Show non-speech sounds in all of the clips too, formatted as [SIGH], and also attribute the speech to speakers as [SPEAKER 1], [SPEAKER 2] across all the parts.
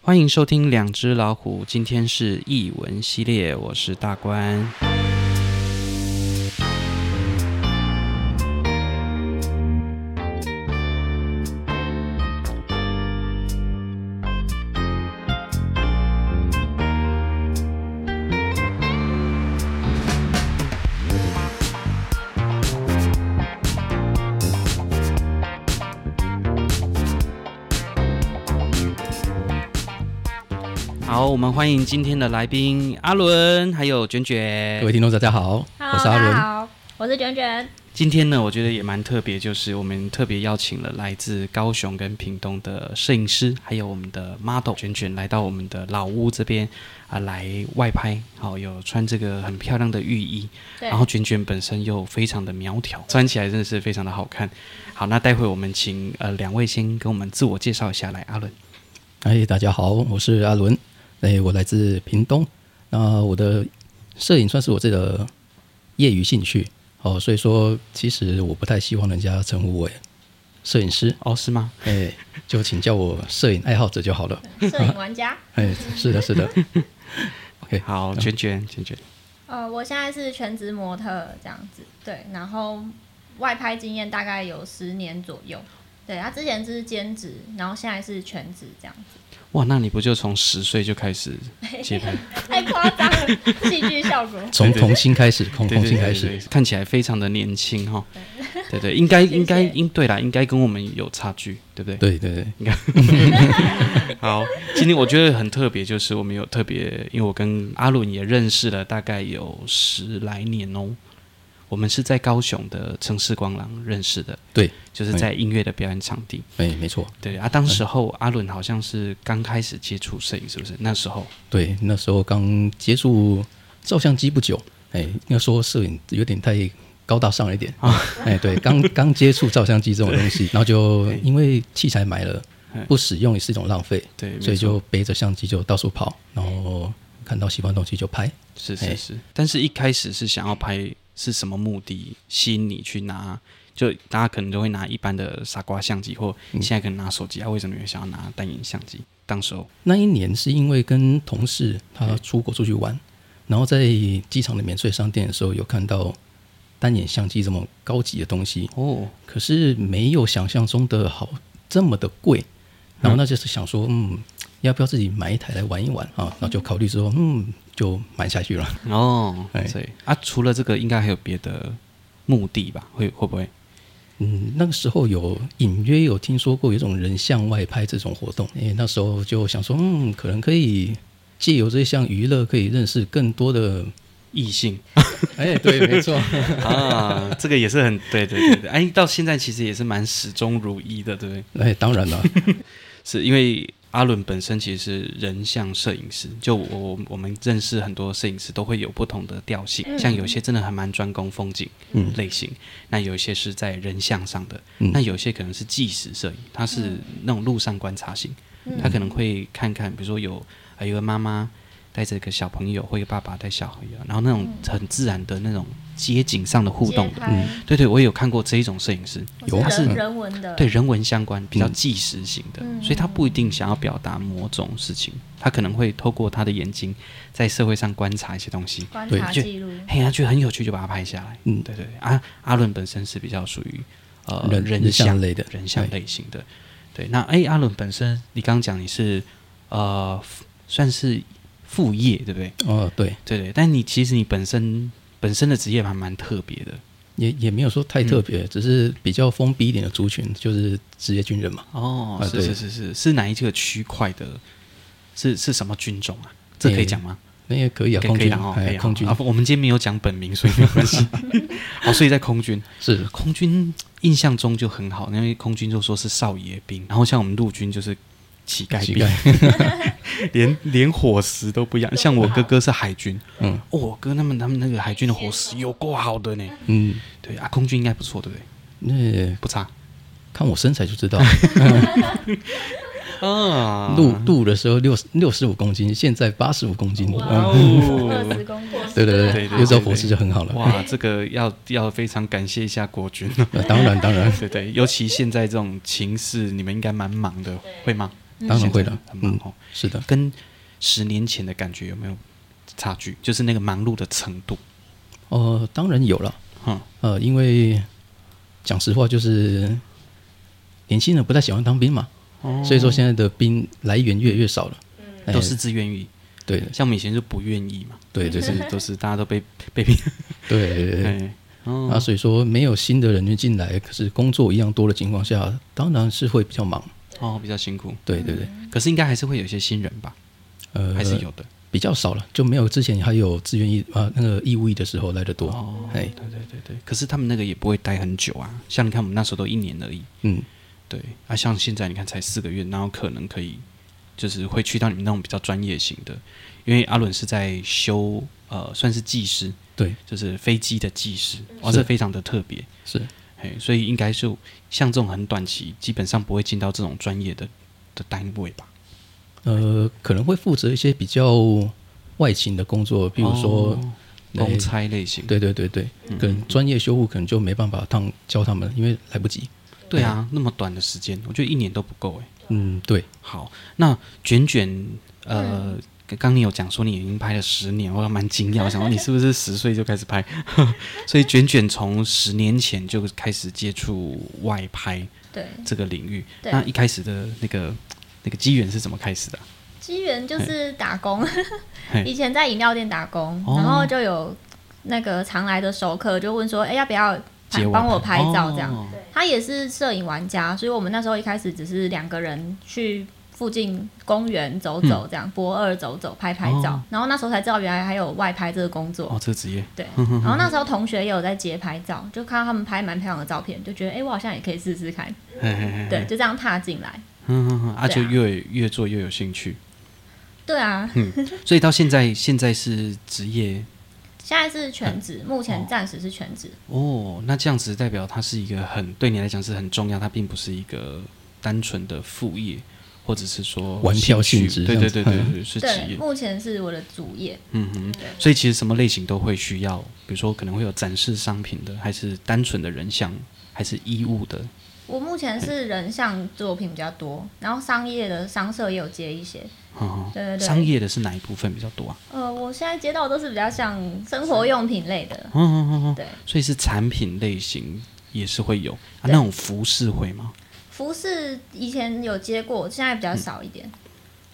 [SPEAKER 1] 欢迎收听《两只老虎》，今天是译文系列，我是大关。好，我们欢迎今天的来宾阿伦，还有卷
[SPEAKER 2] 各
[SPEAKER 1] 卷
[SPEAKER 2] 位。听众，大家好，
[SPEAKER 3] Hello，
[SPEAKER 2] 我是阿
[SPEAKER 3] 大家
[SPEAKER 2] 伦。
[SPEAKER 3] 好，我是卷卷。
[SPEAKER 1] 今天呢，我觉得也蛮特别，就是我们特别邀请了来自高雄跟屏东的摄影师，还有我们的 model 卷卷来到我们的老屋这边啊、来外拍。好、有穿这个很漂亮的浴衣，
[SPEAKER 3] 对
[SPEAKER 1] 然后卷卷本身又非常的苗条，穿起来真的是非常的好看。好，那待会我们请呃两位先跟我们自我介绍一下，来阿伦。
[SPEAKER 2] 哎，大家好，我是阿伦。哎，我来自屏东。那我的摄影算是我自己的业余兴趣哦，所以说其实我不太希望人家称呼我摄影师，
[SPEAKER 1] 哦，是吗？ [LAUGHS]
[SPEAKER 2] 哎，就请叫我摄影爱好者就好了。
[SPEAKER 3] 摄影玩家。 [LAUGHS]
[SPEAKER 2] 哎，是的，
[SPEAKER 1] [LAUGHS]
[SPEAKER 2] 是的。OK，
[SPEAKER 1] 好，卷卷卷卷。
[SPEAKER 3] 呃，我现在是全职模特这样子，对，然后外拍经验大概有十年左右。对他之前是兼职，然后现在是全职这样
[SPEAKER 1] [LAUGHS]
[SPEAKER 3] 子，
[SPEAKER 1] 哇，那你不就从十岁就开始接拍？
[SPEAKER 3] 太夸张了，戏剧效果。
[SPEAKER 2] 从
[SPEAKER 1] 对对
[SPEAKER 2] 童心开始，从
[SPEAKER 1] [LAUGHS] 对
[SPEAKER 2] 童
[SPEAKER 1] 对
[SPEAKER 2] 心
[SPEAKER 1] 对
[SPEAKER 2] 开
[SPEAKER 1] 对，嗯
[SPEAKER 2] 始。
[SPEAKER 1] 看起来非常的年轻哈。 [LAUGHS] 对对，应该应该
[SPEAKER 3] 谢谢
[SPEAKER 1] 应对啦，应该跟我们有差距，对不对？
[SPEAKER 2] 对对对，
[SPEAKER 1] 好， [LAUGHS] 今天我觉得很特别，就是我们有特别，因为我跟阿伦也认识了大概有十来年哦。我们是在高雄的城市光廊认识的，
[SPEAKER 2] 对，
[SPEAKER 1] 就是在音乐的表演场地。
[SPEAKER 2] 哎，没错。
[SPEAKER 1] 对啊，当时候阿伦好像是刚开始接触摄影，是不是？那时候
[SPEAKER 2] 对，那时候刚接触照相机不久，哎，应该说摄影有点太高大上了一点啊，哎，对，
[SPEAKER 1] [LAUGHS]
[SPEAKER 2] 刚刚接触照相机这种东西，然后就因为器材买了
[SPEAKER 1] 哎
[SPEAKER 2] 不使用也是一种浪费，
[SPEAKER 1] 对，
[SPEAKER 2] 所以
[SPEAKER 1] 没错
[SPEAKER 2] 就背着相机就到处跑，然后看到喜欢的东西就拍。
[SPEAKER 1] 是
[SPEAKER 2] 哎
[SPEAKER 1] 是是，但是一开始是想要拍是什么目的吸引你去拿？就大家可能都会拿一般的傻瓜相机，或现在可能拿手机啊，为什么有想要拿单眼相机？当时候
[SPEAKER 2] 那一年是因为跟同事他出国出去
[SPEAKER 1] 哎
[SPEAKER 2] 玩，然后在机场的免税商店的时候有看到单眼相机这么高级的东西，
[SPEAKER 1] 哦，
[SPEAKER 2] 可是没有想象中的好这么的
[SPEAKER 1] 嗯
[SPEAKER 2] 贵。然后那就是想说，嗯，要不要自己买一台来玩一玩啊？然后就考虑之后，嗯，就买下去了。
[SPEAKER 1] 哦
[SPEAKER 2] 哎，
[SPEAKER 1] 所以啊，除了这个，应该还有别的目的吧？会会不会？
[SPEAKER 2] 嗯，那个时候有隐约有听说过有一种人向外拍这种活动，诶，那时候就想说，嗯，可能可以借由这项娱乐，可以认识更
[SPEAKER 1] [LAUGHS]
[SPEAKER 2] 多的。
[SPEAKER 1] 异性
[SPEAKER 2] 哎，对，
[SPEAKER 1] [LAUGHS]
[SPEAKER 2] 没错，
[SPEAKER 1] 啊，这个也是很对对对对， [LAUGHS] 哎，到现在其实也是蛮始终如一的，对不对？
[SPEAKER 2] 哎，当然了，
[SPEAKER 1] 是因为阿伦本身其实是人像摄影师，就我我我们认识很多摄影师都会有不同的调性，
[SPEAKER 3] 嗯
[SPEAKER 1] 像有些真的还蛮专攻风景类型，那有一些是在人像上的，
[SPEAKER 2] 嗯
[SPEAKER 1] 那有些可能是纪实摄影，它是
[SPEAKER 3] 嗯
[SPEAKER 1] 那种路上观察型，他可能会看看，比如说有呃有个妈妈。带着一个小朋友，或一个爸爸带小孩啊，然后那种很自然的那种街景上的互动
[SPEAKER 3] 嗯街
[SPEAKER 1] 的，嗯
[SPEAKER 3] 拍
[SPEAKER 1] 对对，我也有看过这一种摄影师，
[SPEAKER 3] 我
[SPEAKER 2] 有
[SPEAKER 3] 是
[SPEAKER 2] 他是
[SPEAKER 3] 人人文的，
[SPEAKER 1] 对人文相关、比较纪实型的，
[SPEAKER 3] 嗯
[SPEAKER 1] 所以他不一定想要表达某种事情，他可能会透过他的眼睛在社会上观察一些东西，
[SPEAKER 3] 观
[SPEAKER 2] 对
[SPEAKER 3] 察
[SPEAKER 1] 就
[SPEAKER 3] 记录，
[SPEAKER 1] 嘿，他觉得很有趣，就把它拍下来。
[SPEAKER 2] 嗯
[SPEAKER 1] 对对对，阿阿伦本身是比较属于呃
[SPEAKER 2] 人
[SPEAKER 1] 人
[SPEAKER 2] 人像
[SPEAKER 1] 像
[SPEAKER 2] 类的哎
[SPEAKER 1] 人像类型的。对，那哎，阿伦本身你刚刚讲你是呃算是副业对不对？
[SPEAKER 2] 哦，对，
[SPEAKER 1] 对对，但你其实你本身本身的职业还蛮特别的
[SPEAKER 2] 也也没有说太
[SPEAKER 1] 嗯
[SPEAKER 2] 特别，只是比较封闭一点的族群，就是职业军人嘛。
[SPEAKER 1] 哦
[SPEAKER 2] 啊
[SPEAKER 1] 是
[SPEAKER 2] 对
[SPEAKER 1] 是是是是哪一个区块的？是是什么军种啊？这可以讲吗？
[SPEAKER 2] 那也可以啊，
[SPEAKER 1] 可以
[SPEAKER 2] 空
[SPEAKER 1] 可以
[SPEAKER 2] 军，
[SPEAKER 1] 啦哦，可
[SPEAKER 2] 哎
[SPEAKER 1] 以啦
[SPEAKER 2] 空军
[SPEAKER 1] 啊，我们今天没有讲本名，所以没关
[SPEAKER 2] [LAUGHS]
[SPEAKER 1] 系。好，所以在空军，
[SPEAKER 2] 是
[SPEAKER 1] 空军印象中就很好，因为空军就说是少爷兵，然后像我们陆军就是乞丐
[SPEAKER 2] 乞
[SPEAKER 1] 兵， [LAUGHS] 连连伙食都不一
[SPEAKER 2] [LAUGHS]
[SPEAKER 1] 样。像我哥哥是海军，
[SPEAKER 2] 嗯
[SPEAKER 1] 哦，我哥他们他们那个海军的伙食有够好的呢。
[SPEAKER 2] 嗯，
[SPEAKER 1] 对啊，空军应该不错，对不对？
[SPEAKER 2] 那
[SPEAKER 1] 不差
[SPEAKER 2] 看我身材就知道，
[SPEAKER 1] 啊
[SPEAKER 2] 录录的时候六六十五公斤，现在八十五公斤，嗯
[SPEAKER 3] 二十
[SPEAKER 1] 啊哦，
[SPEAKER 3] 公斤，
[SPEAKER 2] 对对
[SPEAKER 1] 对
[SPEAKER 2] 对
[SPEAKER 1] 对
[SPEAKER 2] 对，有时候伙食就很好了。
[SPEAKER 1] 哇，这个要要非常感谢一下国军。哦
[SPEAKER 2] 呃当然当然，
[SPEAKER 1] [LAUGHS] 对对，尤其现在这种情势，你们应该蛮忙的，会吗？
[SPEAKER 2] 当然会
[SPEAKER 1] 现
[SPEAKER 2] 了
[SPEAKER 1] 在，很忙
[SPEAKER 2] 嗯，
[SPEAKER 1] 哦，
[SPEAKER 2] 是的，
[SPEAKER 1] 跟十年前的感觉有没有差距？就是那个忙碌的程度，
[SPEAKER 2] 哦，当然有了，
[SPEAKER 1] 哼，
[SPEAKER 2] 呃，因为讲实话，就是年轻人不太喜欢当兵嘛，所以说现在的兵来源越来越少了，哦哎
[SPEAKER 1] 都是自愿意，
[SPEAKER 2] 对的，
[SPEAKER 1] 像我们以前就不愿意嘛，
[SPEAKER 2] 对对
[SPEAKER 1] 就是 [LAUGHS] 都是大家都被被逼，
[SPEAKER 2] 对 [LAUGHS] 对对对。
[SPEAKER 1] 哎，哦
[SPEAKER 2] 啊，所以说没有新的人员进来，可是工作一样多的情况下，当然是会比较忙。
[SPEAKER 1] 哦，比较辛苦，
[SPEAKER 2] 对对对，
[SPEAKER 1] 可是应该还是会有一些新人吧，
[SPEAKER 2] 呃，
[SPEAKER 1] 嗯还是有的，
[SPEAKER 2] 比较少了，就没有之前还有自愿役啊那个义务役的时候来的多。
[SPEAKER 1] 哦，
[SPEAKER 2] 哎
[SPEAKER 1] 对对对对，可是他们那个也不会待很久啊，像你看我们那时候都一年而已，
[SPEAKER 2] 嗯，
[SPEAKER 1] 对啊，像现在你看才四个月，然后可能可以就是会去到你们那种比较专业型的，因为阿伦是在修呃算是技师，
[SPEAKER 2] 对，
[SPEAKER 1] 就是飞机的技师，哇，
[SPEAKER 2] 是
[SPEAKER 1] 这非常的特别，
[SPEAKER 2] 是
[SPEAKER 1] 嘿，所以应该是像这种很短期，基本上不会进到这种专业的的单位吧？
[SPEAKER 2] 呃，可能会负责一些比较外勤的工作，比如说，
[SPEAKER 1] 哦嗯
[SPEAKER 2] 哎
[SPEAKER 1] 公差类型，
[SPEAKER 2] 对对对对，可能专业修护可能就没办法当教他们，因为来不及。
[SPEAKER 1] 对啊，那么短的时间，我觉得一年都不够哎。
[SPEAKER 2] 嗯，对，
[SPEAKER 1] 好，那卷卷，呃，
[SPEAKER 3] 嗯
[SPEAKER 1] 刚刚你有讲说你已经拍了十年，我还蛮惊
[SPEAKER 3] [LAUGHS]
[SPEAKER 1] 讶，我想说你是不是十岁就开始拍？ [LAUGHS] 所以卷卷从十年前就开始接触外拍
[SPEAKER 3] 对，
[SPEAKER 1] 这个领域。
[SPEAKER 3] 对
[SPEAKER 1] 那一开始的那个那个机缘是怎么开始的啊、
[SPEAKER 3] 机缘就是打工
[SPEAKER 1] 嘿，
[SPEAKER 3] 以前在饮料店打工，
[SPEAKER 1] 哦
[SPEAKER 3] 然后就有那个常来的熟客就问说，哎、要不要
[SPEAKER 1] 接
[SPEAKER 3] 帮我拍照
[SPEAKER 1] 哦
[SPEAKER 3] 这样？他也是摄影玩家，所以我们那时候一开始只是两个人去附近公园走走，这样博二走走拍拍照。
[SPEAKER 1] 嗯哦
[SPEAKER 3] 然后那时候才知道原来还有外拍这个工作。
[SPEAKER 1] 哦，这个职业 [LAUGHS]
[SPEAKER 3] 对，然后那时候同学也有在街拍照，就看到他们拍蛮漂亮的照片，就觉得哎、诶我好像也可以试试看。
[SPEAKER 1] 嘿嘿嘿，
[SPEAKER 3] 对，就这样踏进来。
[SPEAKER 1] 嗯嗯嗯，啊，
[SPEAKER 3] 对啊
[SPEAKER 1] 就越越做越有兴趣，
[SPEAKER 3] 对啊，
[SPEAKER 1] 嗯所以到现在现在是职业
[SPEAKER 3] 现在是全职，目前暂时是全职。
[SPEAKER 1] 哦，那这样子代表它是一个很对你来讲是很重要，它并不是一个单纯的副业，或者是说
[SPEAKER 2] 玩票性质
[SPEAKER 1] 兴趣对对
[SPEAKER 2] 这
[SPEAKER 1] 对
[SPEAKER 2] 样子
[SPEAKER 1] 对
[SPEAKER 2] 嗯
[SPEAKER 1] 对，对是职
[SPEAKER 3] 对，
[SPEAKER 1] 业。
[SPEAKER 3] 目前是我的主业。
[SPEAKER 1] 嗯哼，所以其实什么类型都会需要，比如说可能会有展示商品的，还是单纯的人像，还是衣物的。
[SPEAKER 3] 我目前是人像作品比较多，然后商业的商社也有接一些。
[SPEAKER 1] 哦，
[SPEAKER 3] 对对对
[SPEAKER 1] 商业的是哪一部分比较多啊？
[SPEAKER 3] 呃，我现在接到的都是比较像生活用品类的，
[SPEAKER 1] 哦哦哦哦，
[SPEAKER 3] 对，
[SPEAKER 1] 所以是产品类型也是会有啊，
[SPEAKER 3] 对
[SPEAKER 1] 那种服饰会吗？
[SPEAKER 3] 服饰以前有接过，现在
[SPEAKER 1] 嗯
[SPEAKER 3] 比较少一点。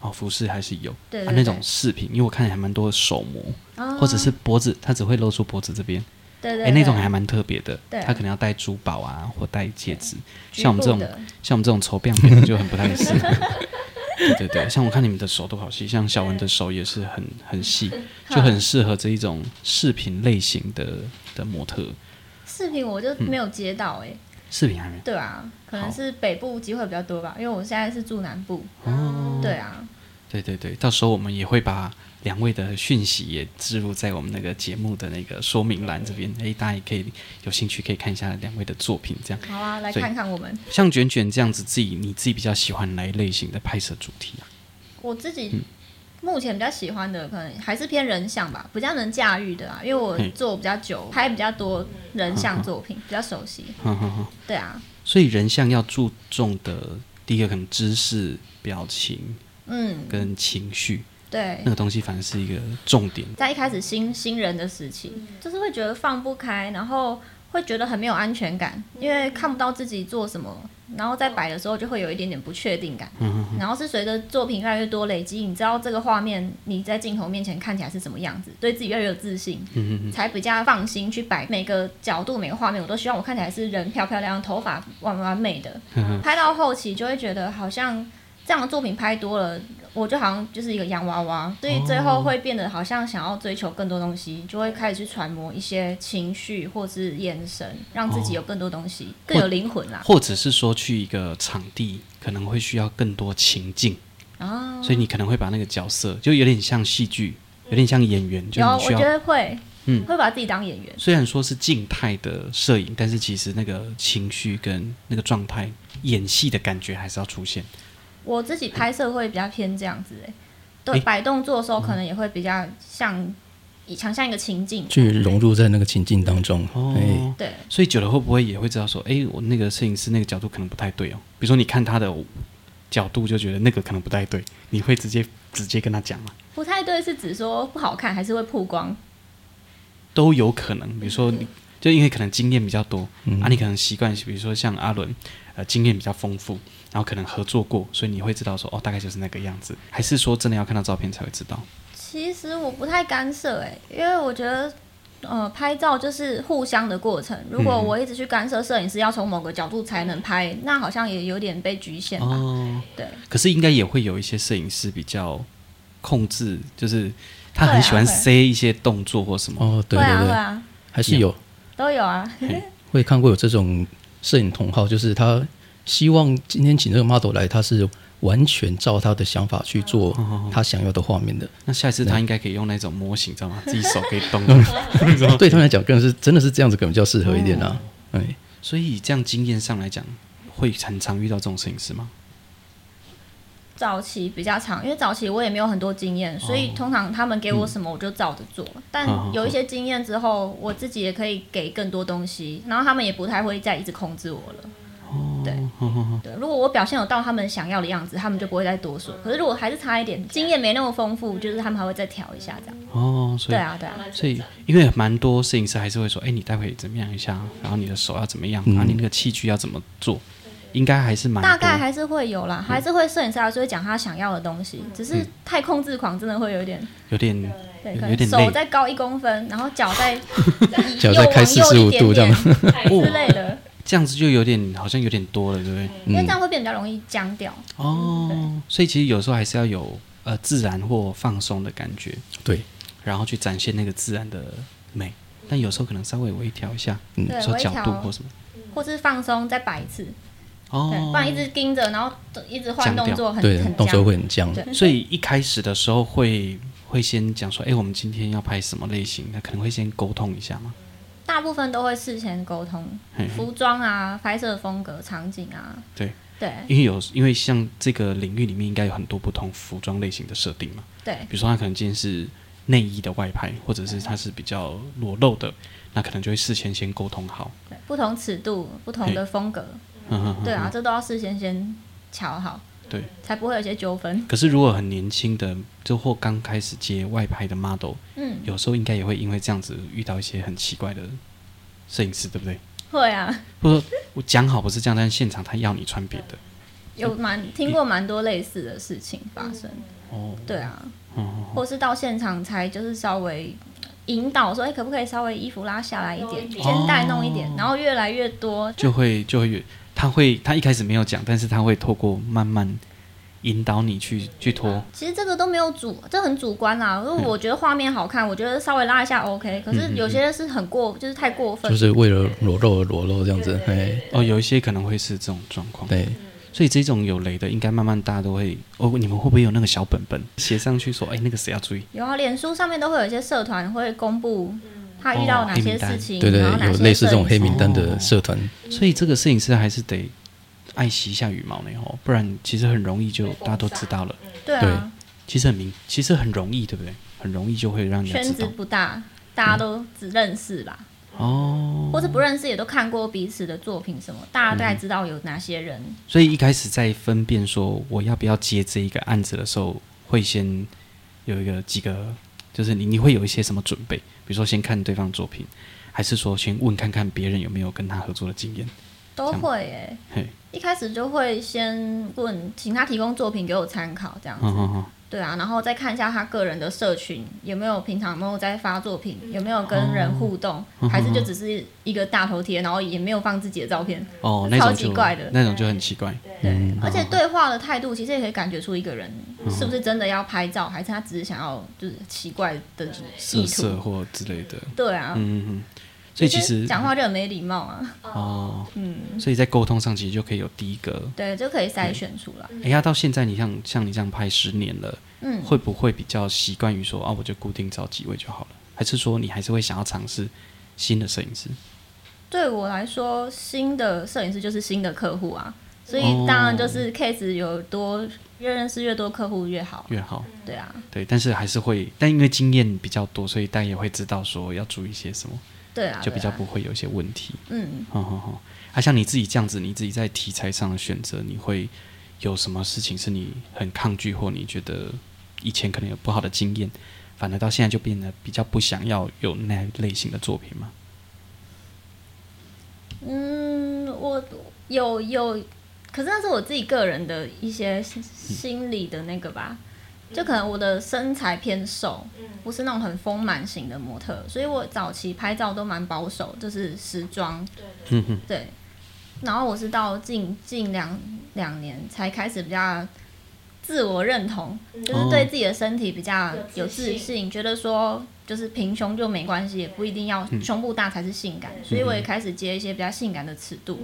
[SPEAKER 1] 哦，服饰还是有
[SPEAKER 3] 对
[SPEAKER 1] 啊，
[SPEAKER 3] 对
[SPEAKER 1] 那
[SPEAKER 3] 对
[SPEAKER 1] 种饰品，因为我看还蛮多手模，
[SPEAKER 3] 哦
[SPEAKER 1] 或者是脖子，它只会露出脖子这边。
[SPEAKER 3] 对对
[SPEAKER 1] 哎、
[SPEAKER 3] 对
[SPEAKER 1] 那种还蛮特别的，
[SPEAKER 3] 对
[SPEAKER 1] 他可能要戴珠宝啊，或戴戒指。
[SPEAKER 3] 局
[SPEAKER 1] 像我们这种，
[SPEAKER 3] 部的
[SPEAKER 1] 像我们这种丑变变就很不太适合。对对对，像我看你们的手都好细，像小文的手也是很很
[SPEAKER 3] [LAUGHS]
[SPEAKER 1] 细，就
[SPEAKER 3] 嗯
[SPEAKER 1] 很适合这一种饰品类型的的模特。
[SPEAKER 3] 饰品我就没有接到哎、欸
[SPEAKER 1] 饰品还没
[SPEAKER 3] 对啊，可
[SPEAKER 1] 嗯
[SPEAKER 3] 能
[SPEAKER 1] 好
[SPEAKER 3] 是北部机会比较多吧，因为我现在是住南部。
[SPEAKER 1] 哦，
[SPEAKER 3] 对啊，
[SPEAKER 1] 对对对，到时候我们也会把两位的讯息也置入在我们那个节目的那个说明栏这边，哎，大家也可以有兴趣可以看一下两位的作品，这样。
[SPEAKER 3] 好啊，来
[SPEAKER 1] 所以
[SPEAKER 3] 看看我们。
[SPEAKER 1] 像卷卷这样子，自己你自己比较喜欢哪一类型的拍摄主题啊？
[SPEAKER 3] 我自己目前比较喜欢的，可能还是偏人像吧，比较能驾驭的啊，因为我
[SPEAKER 1] 嘿
[SPEAKER 3] 做比较久，拍比较多人像作品，比较熟悉。
[SPEAKER 1] 哼哼哼。
[SPEAKER 3] 对啊，
[SPEAKER 1] 所以人像要注重的，第一个可能姿势、表情
[SPEAKER 3] 嗯，
[SPEAKER 1] 跟情绪，
[SPEAKER 3] 对
[SPEAKER 1] 那。个东西反而是一个重点。
[SPEAKER 3] 在一开始新新人的时期，就是会觉得放不开，然后会觉得很没有安全感，因为看不到自己做什么，然后在摆的时候就会有一点点不确定感。然后是随着作品越来越多累积，你知道这个画面你在镜头面前看起来是什么样子，对自己越来越有自信，
[SPEAKER 1] 嗯
[SPEAKER 3] 才比较放心去摆每个角度、每个画面。我都希望我看起来是人漂漂亮亮，头发完完美的。
[SPEAKER 1] 嗯
[SPEAKER 3] 拍到后期就会觉得好像这样的作品拍多了，我就好像就是一个洋娃娃，所以最
[SPEAKER 1] 哦
[SPEAKER 3] 后会变得好像想要追求更多东西，就会开始去揣摩一些情绪或是眼神，让
[SPEAKER 1] 哦
[SPEAKER 3] 自己有更多东西，更有灵魂啦。
[SPEAKER 1] 或者是说去一个场地，可能会需要更多情境，
[SPEAKER 3] 啊，
[SPEAKER 1] 所以你可能会把那个角色就有点像戏剧，有点像演员，就
[SPEAKER 3] 嗯有，啊
[SPEAKER 1] 你
[SPEAKER 3] 我
[SPEAKER 1] 需
[SPEAKER 3] 觉
[SPEAKER 1] 要。
[SPEAKER 3] 得会，
[SPEAKER 1] 嗯
[SPEAKER 3] 会把自己当演员。
[SPEAKER 1] 虽然说是静态的摄影，但是其实那个情绪跟那个状态、演戏的感觉还是要出现。
[SPEAKER 3] 我自己拍摄会比较偏这样子、欸，对，
[SPEAKER 1] 诶嗯
[SPEAKER 3] 摆动作的时候可能也会比较像，想像一个情境。
[SPEAKER 2] 去融入在那个情境当中。
[SPEAKER 1] 哦，
[SPEAKER 2] 哎，
[SPEAKER 3] 对，
[SPEAKER 1] 所以久了会不会也会知道说，哎，我那个摄影师那个角度可能不太对哦？比如说你看他的角度就觉得那个可能不太对，你会直接直接跟他讲吗？
[SPEAKER 3] 不太对是指说不好看，还是会曝光？
[SPEAKER 1] 都有可能，比如
[SPEAKER 3] 嗯
[SPEAKER 1] 说你就因为可能经验比较多，啊，你可能习惯，比如说像阿伦，呃，经验比较丰富，然后可能合作过，所以你会知道说哦，大概就是那个样子，还是说真的要看到照片才会知道？
[SPEAKER 3] 其实我不太干涉哎、因为我觉得，呃，拍照就是互相的过程。如果
[SPEAKER 1] 嗯
[SPEAKER 3] 我一直去干涉摄影师要从某个角度才能拍，那好像也有点被局限吧。
[SPEAKER 1] 哦，
[SPEAKER 3] 对，
[SPEAKER 1] 可是应该也会有一些摄影师比较控制，就是他
[SPEAKER 3] 会
[SPEAKER 1] 很
[SPEAKER 3] 啊
[SPEAKER 1] 喜欢
[SPEAKER 3] 会
[SPEAKER 1] 塞一些动作或什么。
[SPEAKER 2] 哦，对
[SPEAKER 3] 会啊
[SPEAKER 2] 对
[SPEAKER 3] 会
[SPEAKER 2] 对，
[SPEAKER 3] 啊，
[SPEAKER 2] 还是有
[SPEAKER 3] 都有啊。
[SPEAKER 2] 会看过有这种摄影同好，就是他希望今天请这个 model 来，他是完全照他的想法去
[SPEAKER 1] 哦
[SPEAKER 2] 做他想要的画面的。
[SPEAKER 1] 那下一次他应该可以用那种模型，知道吗？自己手可以动 [LAUGHS] 的。
[SPEAKER 2] 对他们来讲，个人是真的是这样子，可能比较适合一点啦。哎，
[SPEAKER 3] 哦
[SPEAKER 1] 所以这样经验上来讲，会很常遇到这种摄影师吗？
[SPEAKER 3] 早期比较长，因为早期我也没有很多经验，所以通常他们给我什么我就照着做。
[SPEAKER 1] 哦
[SPEAKER 3] 但
[SPEAKER 1] 嗯好好好
[SPEAKER 3] 有一些经验之后，我自己也可以给更多东西，然后他们也不太会再一直控制我了。
[SPEAKER 1] 哦
[SPEAKER 3] 对对，如果我表现有到他们想要的样子，他们就不会再多说。可是如果还是差一点，经验没那么丰富，就是他们还会再调一下这样。
[SPEAKER 1] 哦，所
[SPEAKER 3] 对
[SPEAKER 1] 以、
[SPEAKER 3] 啊，对啊，
[SPEAKER 1] 所以因为蛮多摄影师还是会说，哎，你待会怎么样一下，然后你的手要怎么样，然后你那个器具要怎么做，应该还是蛮多
[SPEAKER 3] 嗯大概还是会有
[SPEAKER 1] 嗯
[SPEAKER 3] 啦，还是会摄影师还是会讲他想要的东西，只是太控制狂真的会有点
[SPEAKER 1] 有点
[SPEAKER 3] 对，
[SPEAKER 1] 有
[SPEAKER 3] 可
[SPEAKER 1] 有
[SPEAKER 3] 能
[SPEAKER 1] 点
[SPEAKER 3] 手
[SPEAKER 1] 累
[SPEAKER 3] 再高一公分，然后脚
[SPEAKER 1] [LAUGHS]
[SPEAKER 3] 再
[SPEAKER 2] 脚再开
[SPEAKER 3] 右往右一
[SPEAKER 2] 45度这样
[SPEAKER 3] 点点
[SPEAKER 1] 哦
[SPEAKER 3] 之类的，
[SPEAKER 1] 这样子就有点好像有点多了，对不对？
[SPEAKER 3] 因为这样会变得比较容易僵掉。
[SPEAKER 1] 哦，所以其实有时候还是要有呃自然或放松的感觉，
[SPEAKER 2] 对，
[SPEAKER 1] 然后去展现那个自然的美。但有时候可能稍微微调一下，
[SPEAKER 2] 嗯
[SPEAKER 3] 对，
[SPEAKER 1] 说
[SPEAKER 3] 微
[SPEAKER 1] 角度或
[SPEAKER 3] 调，
[SPEAKER 1] 什么。
[SPEAKER 3] 或是放松再摆一次，对，
[SPEAKER 1] 哦
[SPEAKER 3] 不，然一直盯着，然后一直换
[SPEAKER 1] 僵掉
[SPEAKER 3] 动作很
[SPEAKER 2] 对，
[SPEAKER 3] 很
[SPEAKER 2] 动作
[SPEAKER 3] 僵。
[SPEAKER 2] 会很僵。
[SPEAKER 3] 对
[SPEAKER 1] 所以一开始的时候会会先讲说，哎、我们今天要拍什么类型？那可能会先沟通一下嘛。
[SPEAKER 3] 大部分都会事前沟通，
[SPEAKER 1] 嘿
[SPEAKER 3] 服装啊、拍摄风格、场景啊，
[SPEAKER 1] 对，
[SPEAKER 3] 对
[SPEAKER 1] 因为有因为像这个领域里面应该有很多不同服装类型的设定嘛，
[SPEAKER 3] 对
[SPEAKER 1] 比如说他可能今天是内衣的外拍，或者是它是比较裸露的，那可能就会事先先沟通好。
[SPEAKER 3] 对，不同尺度、不同的风格，
[SPEAKER 1] 嗯哼哼
[SPEAKER 3] 对啊，这都要事先先瞧好，
[SPEAKER 1] 对，
[SPEAKER 3] 才不会有一些纠纷。
[SPEAKER 1] 可是如果很年轻的，就或刚开始接外拍的 model，
[SPEAKER 3] 嗯，
[SPEAKER 1] 有时候应该也会因为这样子遇到一些很奇怪的摄影师，对不对？
[SPEAKER 3] 会啊，
[SPEAKER 1] 或者说我讲好不是这样，但是现场他要你穿别的。
[SPEAKER 3] 有蛮听过蛮多类似的事情发生。
[SPEAKER 2] 嗯
[SPEAKER 1] 哦，
[SPEAKER 3] 对啊，或是到现场才就是稍微引导说，哎、可不可以稍微衣服拉下来一点，肩带弄一
[SPEAKER 2] 哦
[SPEAKER 3] 点，然后越来越多。
[SPEAKER 1] 就会就会越他会他一开始没有讲，但是他会透过慢慢引导你去去拖。
[SPEAKER 3] 其实这个都没有主，这很主观啦。因为我觉得画面好看，我觉得稍微拉一下 OK，可是有些是很过，就是太过
[SPEAKER 2] 嗯
[SPEAKER 3] 分。
[SPEAKER 2] 就是为了裸露而裸露这样子，哎，
[SPEAKER 1] 哦，有一些可能会是这种状况，
[SPEAKER 2] 对，
[SPEAKER 1] 所以这种有雷的，应该慢慢大家都会哦。你们会不会有那个小本本写上去说，哎，那个谁要注意？
[SPEAKER 3] 有啊，脸书上面都会有一些社团会公布他遇到哪些事情，
[SPEAKER 2] 对对，
[SPEAKER 3] 然后哪
[SPEAKER 2] 有
[SPEAKER 3] 些
[SPEAKER 2] 类似这种
[SPEAKER 3] 摄
[SPEAKER 2] 黑
[SPEAKER 3] 影哦
[SPEAKER 2] 名
[SPEAKER 3] 师
[SPEAKER 2] 单的社团，
[SPEAKER 3] 嗯
[SPEAKER 1] 所以这个摄影师还是得爱惜一下羽毛呢哦，不然其实很容易就大家都知道了。
[SPEAKER 3] 对啊，
[SPEAKER 1] 其实很明，其实很容易，对不对？很容易就会让人家
[SPEAKER 3] 圈
[SPEAKER 1] 知
[SPEAKER 3] 子
[SPEAKER 1] 道
[SPEAKER 3] 不大，大家都只认识吧。
[SPEAKER 1] 哦。
[SPEAKER 3] 或是不认识也都看过彼此的作品什么，大概
[SPEAKER 1] 嗯
[SPEAKER 3] 知道有哪些人。
[SPEAKER 1] 所以一开始在分辨说我要不要接这一个案子的时候，会先有一个几个，就是你你会有一些什么准备？比如说先看对方作品，还是说先问看看别人有没有跟他合作的经验？
[SPEAKER 3] 都会诶、
[SPEAKER 1] 嘿，
[SPEAKER 3] 一开始就会先问，请他提供作品给我参考，这样子。
[SPEAKER 1] 嗯嗯嗯，
[SPEAKER 3] 对啊，然后再看一下他个人的社群有没有平常有没有在发作品，有没有跟
[SPEAKER 1] 哦
[SPEAKER 3] 人互动，
[SPEAKER 1] 嗯
[SPEAKER 3] 还是就只是一个大头贴，然后也没有放自己的照片。
[SPEAKER 1] 哦，嗯
[SPEAKER 3] 这
[SPEAKER 1] 那种
[SPEAKER 3] 超级
[SPEAKER 1] 就
[SPEAKER 3] 怪的
[SPEAKER 1] 那种就很奇怪。
[SPEAKER 3] 对，而且对话的态度其实也可以感觉出一个人
[SPEAKER 1] 嗯
[SPEAKER 3] 是不是真的要拍照，还是他只是想要就是奇怪的
[SPEAKER 1] 色
[SPEAKER 3] 意
[SPEAKER 1] 色
[SPEAKER 3] 图。
[SPEAKER 1] 或之类的，
[SPEAKER 3] 对啊，
[SPEAKER 1] 嗯嗯嗯，所以其
[SPEAKER 3] 就是
[SPEAKER 1] 实
[SPEAKER 3] 讲话就很没礼貌啊。
[SPEAKER 1] 哦，嗯，所以在沟通上其实就可以有第一个，
[SPEAKER 3] 对，就可以筛选出来。
[SPEAKER 1] 哎呀，到现在你像像你这样拍十年了，
[SPEAKER 3] 嗯，
[SPEAKER 1] 会不会比较习惯于说啊，我就固定找几位就好了，还是说你还是会想要尝试新的摄影师？
[SPEAKER 3] 对我来说，新的摄影师就是新的客户啊，所以
[SPEAKER 1] 哦
[SPEAKER 3] 当然就是 case 有多越认识越多客户越好。
[SPEAKER 1] 越好，
[SPEAKER 3] 对啊，
[SPEAKER 1] 对，但是还是会，但因为经验比较多，所以大家也会知道说要注意些什么，
[SPEAKER 3] 对啊，
[SPEAKER 1] 就比较
[SPEAKER 3] 对啊
[SPEAKER 1] 不会有一些问题。
[SPEAKER 3] 嗯，
[SPEAKER 1] 好好好，啊，像你自己这样子，你自己在题材上的选择，你会有什么事情是你很抗拒，或你觉得以前可能有不好的经验，反而到现在就变得比较不想要有那类型的作品吗？
[SPEAKER 3] 嗯，我有有，可是那是我自己个人的一些心心理的那个吧，就可能我的身材偏瘦，
[SPEAKER 1] 嗯
[SPEAKER 3] 不是那种很丰满型的模特，所以我早期拍照都蛮保守，就是时装，
[SPEAKER 1] 嗯哼，
[SPEAKER 3] 对。然后我是到近近两两年才开始比较自我认同，就是对自己的身体比较嗯有
[SPEAKER 4] 有
[SPEAKER 3] 自
[SPEAKER 4] 自
[SPEAKER 3] 信，觉得说就是平胸就没关系，也不一定要胸部大才是性感，所以我也开始接一些比较性感的尺度，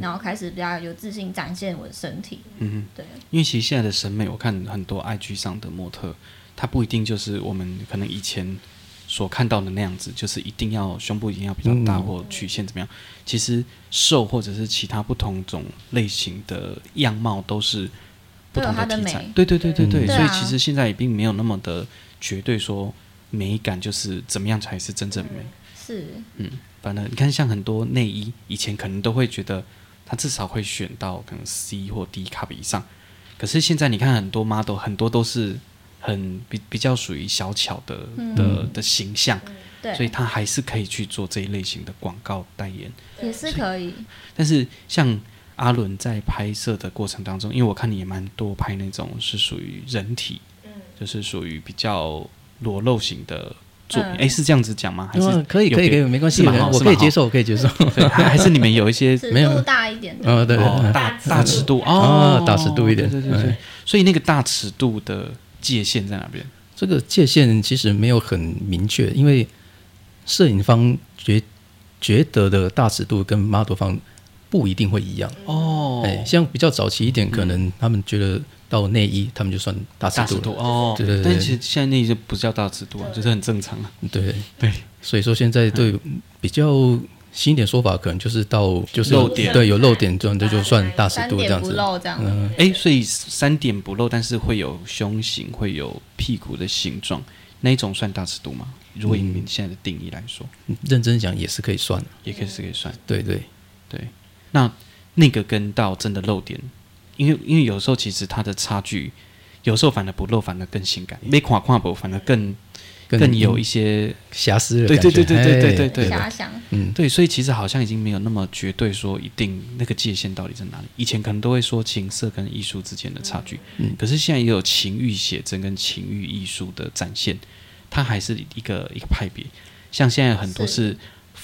[SPEAKER 3] 然后开始比较有自信展现我的身体。
[SPEAKER 1] 嗯
[SPEAKER 3] 对，
[SPEAKER 1] 因为其实现在的审美，我看很多 IG 上的模特，她不一定就是我们可能以前所看到的那样子，就是一定要胸部一定要比较大
[SPEAKER 2] 嗯
[SPEAKER 1] 或曲线怎么样。其实瘦或者是其他不同种类型的样貌都是不同
[SPEAKER 3] 都有它的
[SPEAKER 1] 题材
[SPEAKER 3] 美。
[SPEAKER 1] 对对对对对，
[SPEAKER 2] 嗯
[SPEAKER 1] 所
[SPEAKER 3] 对
[SPEAKER 1] 以
[SPEAKER 3] 啊
[SPEAKER 1] 其实现在也并没有那么的绝对说美感就是怎么样才是真正美。
[SPEAKER 3] 是，
[SPEAKER 1] 嗯反正你看，像很多内衣，以前可能都会觉得它至少会选到可能 C 或 D cup 以上，可是现在你看很多 model，很多都是很比比较属于小巧的的的形象，
[SPEAKER 3] 嗯对，
[SPEAKER 1] 所以它还是可以去做这一类型的广告代言。
[SPEAKER 3] 也是可以。
[SPEAKER 1] 但是像阿伦在拍摄的过程当中，因为我看你也蛮多拍那种是属于人体，就是属于比较裸露型的作品，
[SPEAKER 3] 嗯
[SPEAKER 1] 诶，是这样子讲吗？还是
[SPEAKER 2] 嗯，可以
[SPEAKER 1] 有
[SPEAKER 2] 可以可
[SPEAKER 1] 别
[SPEAKER 2] 以，没关系，
[SPEAKER 1] 是蛮好
[SPEAKER 2] 我
[SPEAKER 1] 是
[SPEAKER 2] 可
[SPEAKER 1] 蛮
[SPEAKER 2] 以
[SPEAKER 1] 好
[SPEAKER 2] 接受，我可以接受。 [LAUGHS]
[SPEAKER 1] 对， [LAUGHS] 还还是你们有一些
[SPEAKER 3] 尺
[SPEAKER 2] 没有
[SPEAKER 3] 度大一点的，
[SPEAKER 2] 嗯，对，
[SPEAKER 1] 哦，
[SPEAKER 2] 对
[SPEAKER 1] 大
[SPEAKER 4] 尺
[SPEAKER 1] 大尺度哦
[SPEAKER 2] 哦，大尺度一点哎
[SPEAKER 1] 对对对对。所以那个大尺度的界限在哪边？
[SPEAKER 2] 这个界限其实没有很明确，因为摄影方觉觉得的大尺度跟 model 方不一定会一样。
[SPEAKER 1] 哦
[SPEAKER 2] 哎、像比较早期一点，可能他们觉得到内衣，他们就算大尺
[SPEAKER 1] 大
[SPEAKER 2] 度
[SPEAKER 1] 尺
[SPEAKER 2] 了。
[SPEAKER 1] 度哦，
[SPEAKER 2] 对对对
[SPEAKER 1] 但其实现在那些不叫大尺度啊，就是很正常啊。
[SPEAKER 2] 对
[SPEAKER 1] 对，
[SPEAKER 2] 所以说现在对比较新一点说法，可能就是到就是
[SPEAKER 1] 露点
[SPEAKER 2] 对，有露点这样这就算大尺
[SPEAKER 3] 三
[SPEAKER 2] 度这
[SPEAKER 3] 点
[SPEAKER 2] 样
[SPEAKER 3] 不
[SPEAKER 2] 子。
[SPEAKER 3] 露这样。
[SPEAKER 1] 哎，所以三点不露，但是会有胸型，会有屁股的形状，那一种算大尺度吗？如果以你们现在的定义来说，
[SPEAKER 2] 认真讲也是可以算的，
[SPEAKER 1] 也可以是可以算。
[SPEAKER 2] 对对，
[SPEAKER 1] 对，那那个跟到真的露点，因为因为有时候其实它的差距，有时候反而不露反而更性感，没垮垮不反而更更
[SPEAKER 2] 嗯
[SPEAKER 1] 有一些
[SPEAKER 2] 瑕疵的
[SPEAKER 1] 对
[SPEAKER 2] 感觉。
[SPEAKER 1] 对对对对
[SPEAKER 2] 哎
[SPEAKER 1] 对对
[SPEAKER 3] 遐想，
[SPEAKER 2] 嗯，
[SPEAKER 1] 对，所以其实好像已经没有那么绝对说一定那个界限到底在哪里。以前可能都会说情色跟艺术之间的差距，可是现在也有情欲写真跟情欲艺术的展现，它还是一个一个派别。像现在很多
[SPEAKER 3] 是
[SPEAKER 1] 是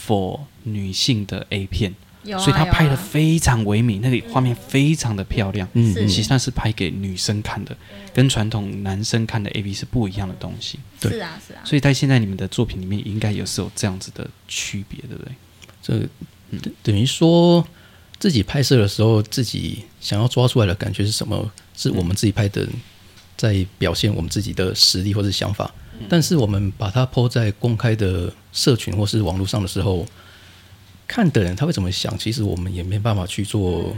[SPEAKER 1] for 女性的 A 片，
[SPEAKER 3] 有啊，
[SPEAKER 1] 所以他拍
[SPEAKER 3] 有
[SPEAKER 1] 的
[SPEAKER 3] 啊
[SPEAKER 1] 非常唯美，那个画面非常的漂亮。
[SPEAKER 2] 嗯
[SPEAKER 3] 是
[SPEAKER 2] 嗯，
[SPEAKER 1] 其实那是拍给女生看的，跟传统男生看的 A V 是不一样的东西。
[SPEAKER 2] 对
[SPEAKER 3] 是啊是啊，
[SPEAKER 1] 所以在现在你们的作品里面，应该也是有这样子的区别，对不对？
[SPEAKER 2] 这等等于说自己拍摄的时候，自己想要抓出来的感觉是什么？是我们自己拍的，在表现我们自己的实力或是想法。但是我们把它抛在公开的社群或是网络上的时候，看的人他会怎么想，其实我们也没办法去做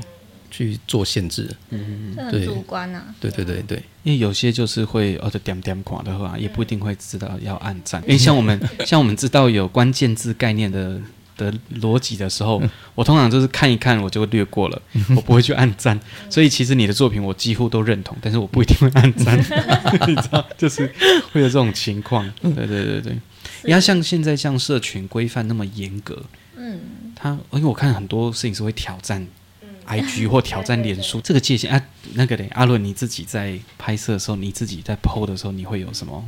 [SPEAKER 2] 去做限制。
[SPEAKER 3] 这很
[SPEAKER 2] 对
[SPEAKER 3] 主观啊呐。
[SPEAKER 2] 对对对对，
[SPEAKER 1] 因为有些就是会哦，就点点垮的话，也不一定会知道要按赞。因为像我们像我们知道有关键字概念的的逻辑的时候，我通常就是看一看我就略过了，我不会去按赞。所以其实你的作品我几乎都认同，但是我不一定会按赞，你知道，就是会有这种情况。对对对对，你看像现在像社群规范那么严格，
[SPEAKER 3] 嗯，
[SPEAKER 1] 他因为我看很多摄影师会挑战 IG 或挑战脸书这个界限啊。那个嘞，阿伦你自己在拍摄的时候，你自己在 PO 的时候，你会有什么？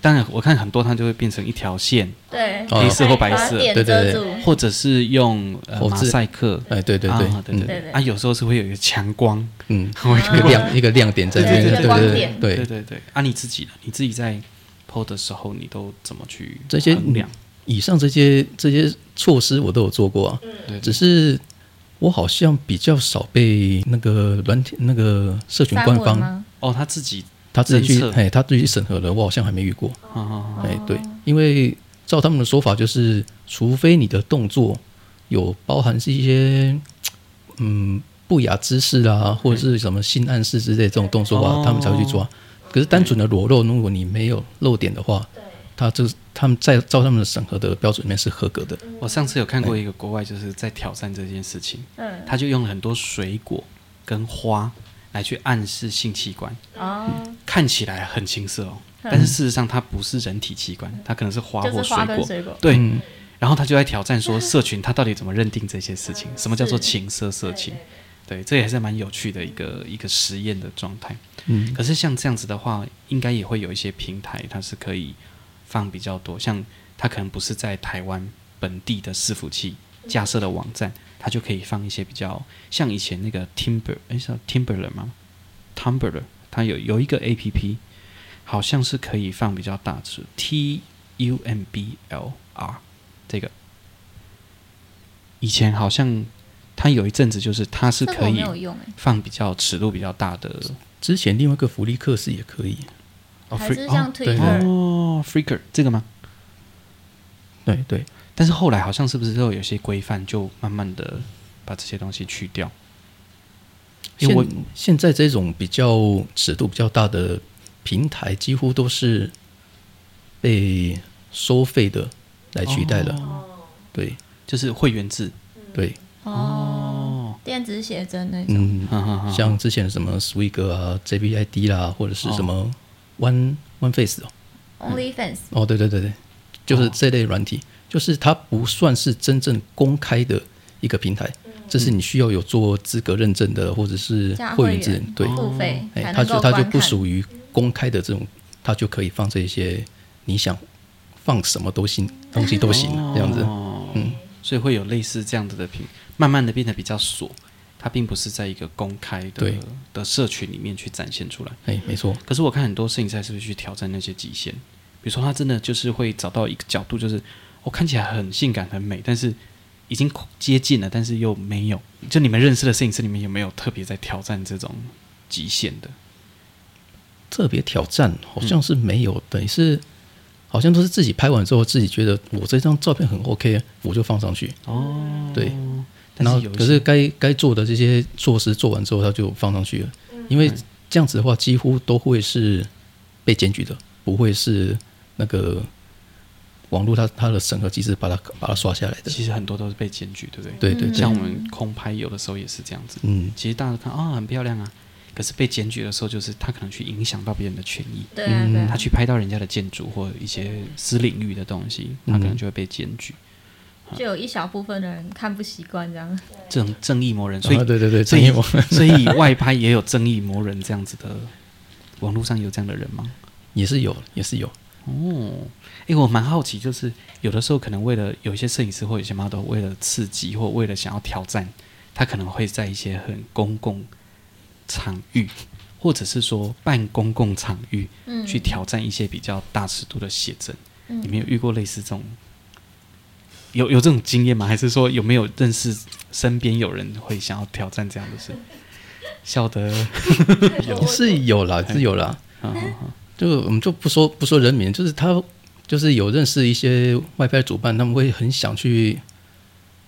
[SPEAKER 1] 当然，我看很多他就会变成一条线，
[SPEAKER 3] 对，
[SPEAKER 2] 哦
[SPEAKER 1] 黑色或
[SPEAKER 4] 白
[SPEAKER 1] 白
[SPEAKER 3] 把
[SPEAKER 1] 色，
[SPEAKER 3] 点
[SPEAKER 2] 对对
[SPEAKER 3] 遮
[SPEAKER 2] 对
[SPEAKER 3] 住，
[SPEAKER 1] 或者是用呃
[SPEAKER 2] 猴
[SPEAKER 1] 马
[SPEAKER 2] 子
[SPEAKER 1] 赛克。
[SPEAKER 2] 哎，对对对
[SPEAKER 1] 啊，，对对
[SPEAKER 2] 嗯
[SPEAKER 3] 对
[SPEAKER 1] 啊，有时候是会有一个强光，
[SPEAKER 2] 嗯，
[SPEAKER 1] 会
[SPEAKER 2] 一个亮一个亮点在这边，
[SPEAKER 1] 对对对
[SPEAKER 2] 对
[SPEAKER 3] 对
[SPEAKER 2] 对
[SPEAKER 1] 对
[SPEAKER 2] 对。
[SPEAKER 1] 对对。啊，你自己呢？你自己在 PO 的时候，你都怎么去
[SPEAKER 2] 这些
[SPEAKER 1] 衡量？
[SPEAKER 2] 以上这些这些措施我都有做过啊，
[SPEAKER 1] 嗯对，
[SPEAKER 2] 只是我好像比较少被那个软体那个社群
[SPEAKER 3] 三
[SPEAKER 2] 官
[SPEAKER 3] 文
[SPEAKER 2] 方
[SPEAKER 3] 吗？
[SPEAKER 1] 哦，他自己，
[SPEAKER 2] 他自己去
[SPEAKER 1] 侦测
[SPEAKER 2] 哎，他自己去审核的，我好像还没遇过。
[SPEAKER 1] 啊啊
[SPEAKER 3] 哦
[SPEAKER 2] 哎，对，因为照他们的说法，就是除非你的动作有包含是一些嗯不雅姿势啊，或者是什么性暗示之类的这种动作
[SPEAKER 1] 哦
[SPEAKER 2] 啊，他们才会去抓。可是单纯的裸露，如果你没有露点的话，他这他们在照他们的审核的标准里面是合格的。
[SPEAKER 1] 我上次有看过一个国外，就是在挑战这件事情，
[SPEAKER 3] 嗯，
[SPEAKER 1] 他就用了很多水果跟花来去暗示性器官，
[SPEAKER 3] 哦，
[SPEAKER 1] 看起来很青色哦，但是事实上它不是人体器官，它可能是花
[SPEAKER 3] 嗯就
[SPEAKER 1] 或
[SPEAKER 3] 是
[SPEAKER 1] 水
[SPEAKER 3] 花
[SPEAKER 1] 果。
[SPEAKER 3] 跟水果，
[SPEAKER 1] 对，
[SPEAKER 2] 嗯
[SPEAKER 1] 然后他就在挑战说，社群他到底怎么认定这些事情？什么叫做情色色情？对，这也是蛮有趣的一个一个实验的状态。
[SPEAKER 2] 嗯
[SPEAKER 1] 可是像这样子的话，应该也会有一些平台，它是可以放比较多，像它可能不是在台湾本地的伺服器架设的网站，它就可以放一些比较像以前那个 Timber，哎是叫 Timberland 吗？Tumblr，它有有一个 A P P，好像是可以放比较大字 T U M B L R 这个，以前好像它有一阵子就是它是
[SPEAKER 3] 这个
[SPEAKER 1] 可
[SPEAKER 3] 我没
[SPEAKER 1] 以
[SPEAKER 3] 有用哎，
[SPEAKER 1] 放比较尺度比较大的。
[SPEAKER 2] 之前另外一个福利课是也可以，
[SPEAKER 1] 哦
[SPEAKER 3] 还
[SPEAKER 1] free-
[SPEAKER 3] 是
[SPEAKER 1] 哦
[SPEAKER 3] 像
[SPEAKER 2] 对
[SPEAKER 3] Twitter，
[SPEAKER 1] 哦，Freaker 这个吗？
[SPEAKER 2] 对对，
[SPEAKER 1] 但是后来好像是不是都有些规范，就慢慢的把这些东西去掉？因为我
[SPEAKER 2] 现现在这种比较尺度比较大的平台，几乎都是被收费的来取代了。对
[SPEAKER 1] 就是会员制
[SPEAKER 2] 对，
[SPEAKER 3] 哦，
[SPEAKER 1] 哦，
[SPEAKER 3] 电子写真那种，
[SPEAKER 2] 嗯，
[SPEAKER 1] 哈哈哈，
[SPEAKER 2] 像之前什么 Swig 啊、JBID 啦，或者是什么 One One Face 哦，
[SPEAKER 3] OnlyFans，
[SPEAKER 2] 哦，对对对对，就是这类软体，就是它不算是真正公开的一个平台，这是你需要有做资格认证的，或者是
[SPEAKER 3] 加
[SPEAKER 2] 会
[SPEAKER 3] 会
[SPEAKER 2] 员制
[SPEAKER 3] 员，
[SPEAKER 2] 对，
[SPEAKER 3] 付费
[SPEAKER 2] 哎，
[SPEAKER 3] 才
[SPEAKER 2] 它
[SPEAKER 3] 能
[SPEAKER 2] 就
[SPEAKER 3] 够
[SPEAKER 2] 它
[SPEAKER 3] 观
[SPEAKER 2] 就
[SPEAKER 3] 看，
[SPEAKER 2] 不属于公开的这种，它就可以放这一些你想放什么都行，东西都行，这样子。
[SPEAKER 1] 哦，嗯，所以会有类似这样子的品，慢慢的变得比较锁，它并不是在一个公开的
[SPEAKER 2] 对
[SPEAKER 1] 的社群里面去展现出来。
[SPEAKER 2] 哎，没错，
[SPEAKER 1] 可是我看很多摄影赛是不是去挑战那些极限？比如说，他真的就是会找到一个角度，就是我、看起来很性感、很美，但是已经接近了，但是又没有。就你们认识的摄影师里面，有没有特别在挑战这种极限的？
[SPEAKER 2] 特别挑战好像是没有，等于是好像都是自己拍完之后，自己觉得我这张照片很 OK，我就放上去。
[SPEAKER 1] 哦，
[SPEAKER 2] 对，
[SPEAKER 1] 但
[SPEAKER 2] 然后
[SPEAKER 1] 是有一
[SPEAKER 2] 可
[SPEAKER 1] 些
[SPEAKER 2] 是该该做的这些措施做完之后，它就放上去了。因
[SPEAKER 1] 嗯
[SPEAKER 2] 为这样子的话，几乎都会是被检举的，不会是那个网络它它的审核机制把它把它刷下来的。
[SPEAKER 1] 其实很多都是被检举，对不对？
[SPEAKER 2] 对对对，
[SPEAKER 1] 像我们空拍，有的时候也是这样子。
[SPEAKER 2] 嗯，
[SPEAKER 1] 其实大家都看啊、很漂亮啊，可是被检举的时候，就是他可能去影响到别人的权益。
[SPEAKER 3] 对
[SPEAKER 2] 嗯
[SPEAKER 3] 啊，对啊
[SPEAKER 1] 他去拍到人家的建筑或一些私领域的东西，他
[SPEAKER 2] 嗯
[SPEAKER 1] 可能就会被检举。
[SPEAKER 3] 就有一小部分的人看不习惯这样，
[SPEAKER 1] 这种正义魔人，所以、
[SPEAKER 2] 啊、对对对，
[SPEAKER 1] 所
[SPEAKER 2] 正
[SPEAKER 1] 以
[SPEAKER 2] 义魔
[SPEAKER 1] 所以 [LAUGHS] 外拍也有正义魔人这样子的，网络上有这样的人吗？
[SPEAKER 2] [LAUGHS] 也是有，也是有。
[SPEAKER 1] 哦，诶，我蛮好奇，就是有的时候可能为了有一些摄影师或有些 model 为了刺激或为了想要挑战，他可能会在一些很公共场域，或者是说半公共场域
[SPEAKER 3] 嗯，
[SPEAKER 1] 去挑战一些比较大尺度的写真。
[SPEAKER 3] 嗯
[SPEAKER 1] 你们有遇过类似这种有有这种经验吗？还是说有没有认识身边有人会想要挑战这样的
[SPEAKER 3] [LAUGHS]
[SPEAKER 1] 事？笑
[SPEAKER 2] [LAUGHS]
[SPEAKER 1] 得，
[SPEAKER 2] 是有啊啦，是有啦。
[SPEAKER 1] 嗯嗯嗯
[SPEAKER 2] 就我们就不说不说人名，就是他就是有认识一些外拍主办，他们会很想去